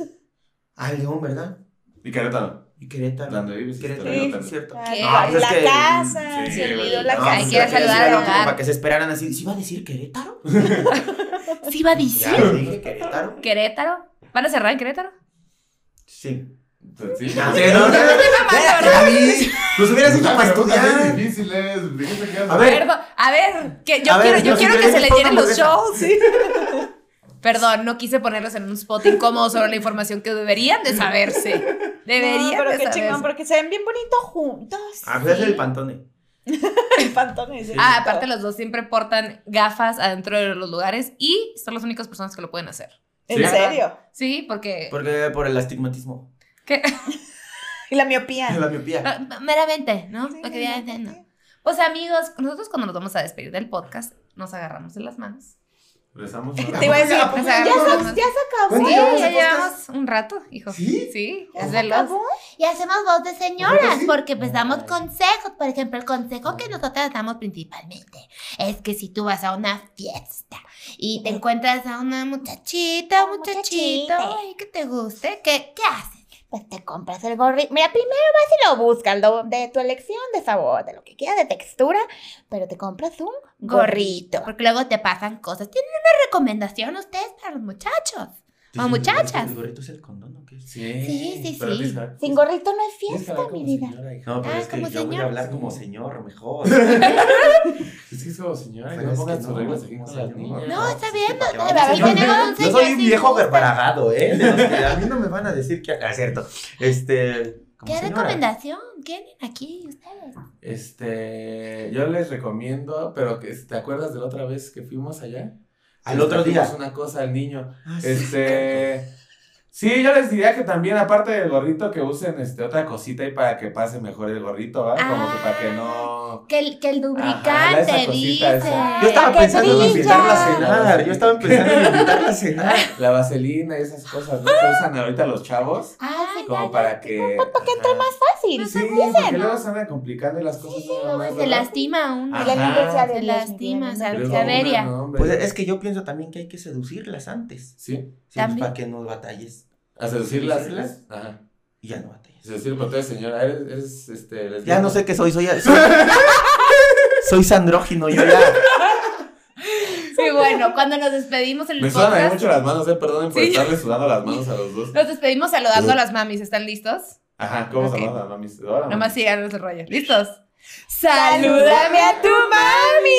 S3: Ah, León, ¿verdad?
S4: Y Querétaro.
S3: Y Querétaro.
S4: Donde vives.
S3: Querétaro,
S2: Sí.
S3: es cierto.
S2: Ay,
S1: No,
S3: pues es
S2: la
S3: que-
S2: casa,
S4: sí,
S2: se olvidó
S4: güey.
S2: Ah, la
S4: No,
S1: Ay,
S3: pues,
S2: casa.
S1: quiero
S3: hay que decirle
S1: saludar
S3: al
S1: a
S3: otro
S1: Agar.
S3: Para que se esperaran así, ¿sí va a decir Querétaro?
S1: ¿Sí va a
S3: Ya,
S1: decir?
S3: dije Querétaro.
S1: ¿Querétaro? ¿Van a cerrar en Querétaro?
S3: Sí. Ya,
S4: Sí, sí,
S3: sí, no, no, no, no, ya, sí. Nos hubieras
S4: Las
S3: dicho para
S4: preguntas bien
S3: estudiar.
S4: difíciles. fíjense que-
S3: eh. A ver.
S1: Perdón, a ver, que yo
S3: A ver,
S1: quiero, yo
S3: los
S1: quiero que se le
S3: ingredientes,
S1: llenen los
S3: pongan
S1: shows. Perdón, no quise ponerlos en un spot incómodo sobre la información que deberían de
S3: (laughs)
S1: saberse. Deberían
S2: No, pero
S1: de
S2: qué
S1: saberse.
S2: chingón, porque se ven bien bonitos juntos.
S3: A ver, el pantone.
S2: Pantones.
S1: Ah, aparte los dos siempre portan gafas adentro de los lugares y son las únicas personas que lo pueden hacer.
S2: ¿En
S4: Sí.
S2: serio?
S1: Sí, porque
S3: Porque por el astigmatismo.
S1: ¿qué?
S2: Y la miopía.
S3: La miopía.
S1: Ah, meramente, ¿no?
S2: Sí,
S1: Lo que
S2: la
S1: ya
S2: miopía.
S1: no. Pues amigos, nosotros cuando nos vamos a despedir del podcast, nos agarramos de las manos.
S4: Rezamos.
S2: Te iba a decir,
S3: ¿A
S1: poco
S2: ya se,
S1: ya
S2: ya
S1: vamos?
S2: se acabó.
S3: ¿Cuánto
S1: Sí,
S3: llevamos
S1: ya
S3: de podcast?
S1: llevamos un rato, hijo.
S3: ¿Sí?
S1: Sí,
S2: ¿Ya
S1: es
S2: se
S1: de los
S2: acabó?
S5: Y Oh hacemos voz de
S4: ¿Nosotros
S5: señoras,
S4: sí? Oh
S5: porque pues damos consejos. Por ejemplo, el consejo que nosotras damos principalmente es que si tú vas a una fiesta y te encuentras a una muchachita, Un muchachito, muchachito. ay, que te guste, ¿qué, qué haces?
S6: Pues te compras el gorrito. Mira, primero vas y lo buscas, lo- de tu elección, de sabor, de lo que quieras, de textura, pero te compras un gorrito.
S5: Gorrito. Porque luego te pasan cosas. ¿Tienen una recomendación ustedes para los muchachos? O muchachas.
S3: ¿El gorrito es el condón o qué es?
S5: Sí, sí,
S4: Pero
S5: sí.
S4: tienes que hablar-
S6: Sin gorrito no es
S4: tienes que hablar
S6: fiesta, mi
S4: como
S6: vida.
S4: señora, hija.
S3: No, pero
S5: Ah,
S3: es que
S5: como
S3: yo voy a
S5: señor.
S3: hablar como señor, mejor.
S4: Es que es como señora.
S3: Pero
S4: y No
S3: es
S4: pongas
S3: que
S4: tus
S3: no,
S4: reglas aquí
S3: como
S4: con las
S3: señora.
S4: niñas.
S5: No, está bien.
S3: ¿Para qué
S5: no,
S3: vamos
S5: a
S3: a
S5: ver,
S3: señor?
S5: tenemos un
S3: Yo soy
S5: señor
S3: un
S5: sin
S3: viejo
S5: gusto.
S3: verbaragado, ¿eh? De los que a mí no me van a decir que... Ah, cierto. Este... como
S5: ¿Qué
S3: señora.
S5: recomendación tienen aquí ustedes?
S4: Este, yo les recomiendo, pero que te acuerdas de la otra vez que fuimos allá.
S3: Al
S4: Les
S3: otro
S4: trajimos
S3: día.
S4: una cosa al niño.
S3: Ah, sí.
S4: Este, sí, yo les diría que también aparte del gorrito que usen este otra cosita y para que pase mejor el gorrito, ¿va? Como que para que no
S5: Que el, que el
S4: Ajá, esa
S5: lubricante,
S4: cosita,
S5: dice.
S4: esa.
S3: Yo estaba
S6: que
S3: pensando en
S6: brilla.
S3: invitarla a cenar. Yo estaba pensando en invitarla a cenar.
S4: (laughs) la vaselina y esas cosas, ¿no? Que usan ahorita los chavos.
S5: Ah, sí,
S4: Como para que. Porque
S3: entre más
S6: Fácil.
S5: No
S4: Sí,
S5: se
S4: porque luego se andan complicando y las cosas. nada más,
S5: luego se
S4: ¿verdad?
S5: lastima uno.
S4: Ajá.
S6: la Universidad
S5: Se
S6: de Dios, mi vida,
S5: lastima, o sea,
S4: Luego
S5: se
S4: una,
S5: avería.
S4: no, hombre.
S3: Pues es que yo pienso también que hay que seducirlas antes.
S4: Sí,
S3: Sí, pues,
S5: También.
S3: para que no batalles.
S4: a seducirlas. Ajá.
S3: Y ya no batalles.
S4: Es decir, pero tú eres señora, eres, eres este, lesbiana.
S3: Ya no sé qué soy, (laughs) soy. Soy, soy sandrógino, yo (laughs) ya.
S1: Sí, bueno, cuando nos despedimos en el
S4: Me sudan ahí
S1: podcast,
S4: mucho las manos, eh, perdonen por
S1: Sí.
S4: estarle sudando las manos a los
S1: (laughs)
S4: dos.
S1: nos despedimos saludando a las mamis. ¿Están listos?
S4: Ajá, ¿cómo
S1: Ok.
S4: se llama la mami? Ahora,
S1: Nomás
S4: mami.
S1: síganos el rollo. ¿Listos? ¡Salúdame a tu mami!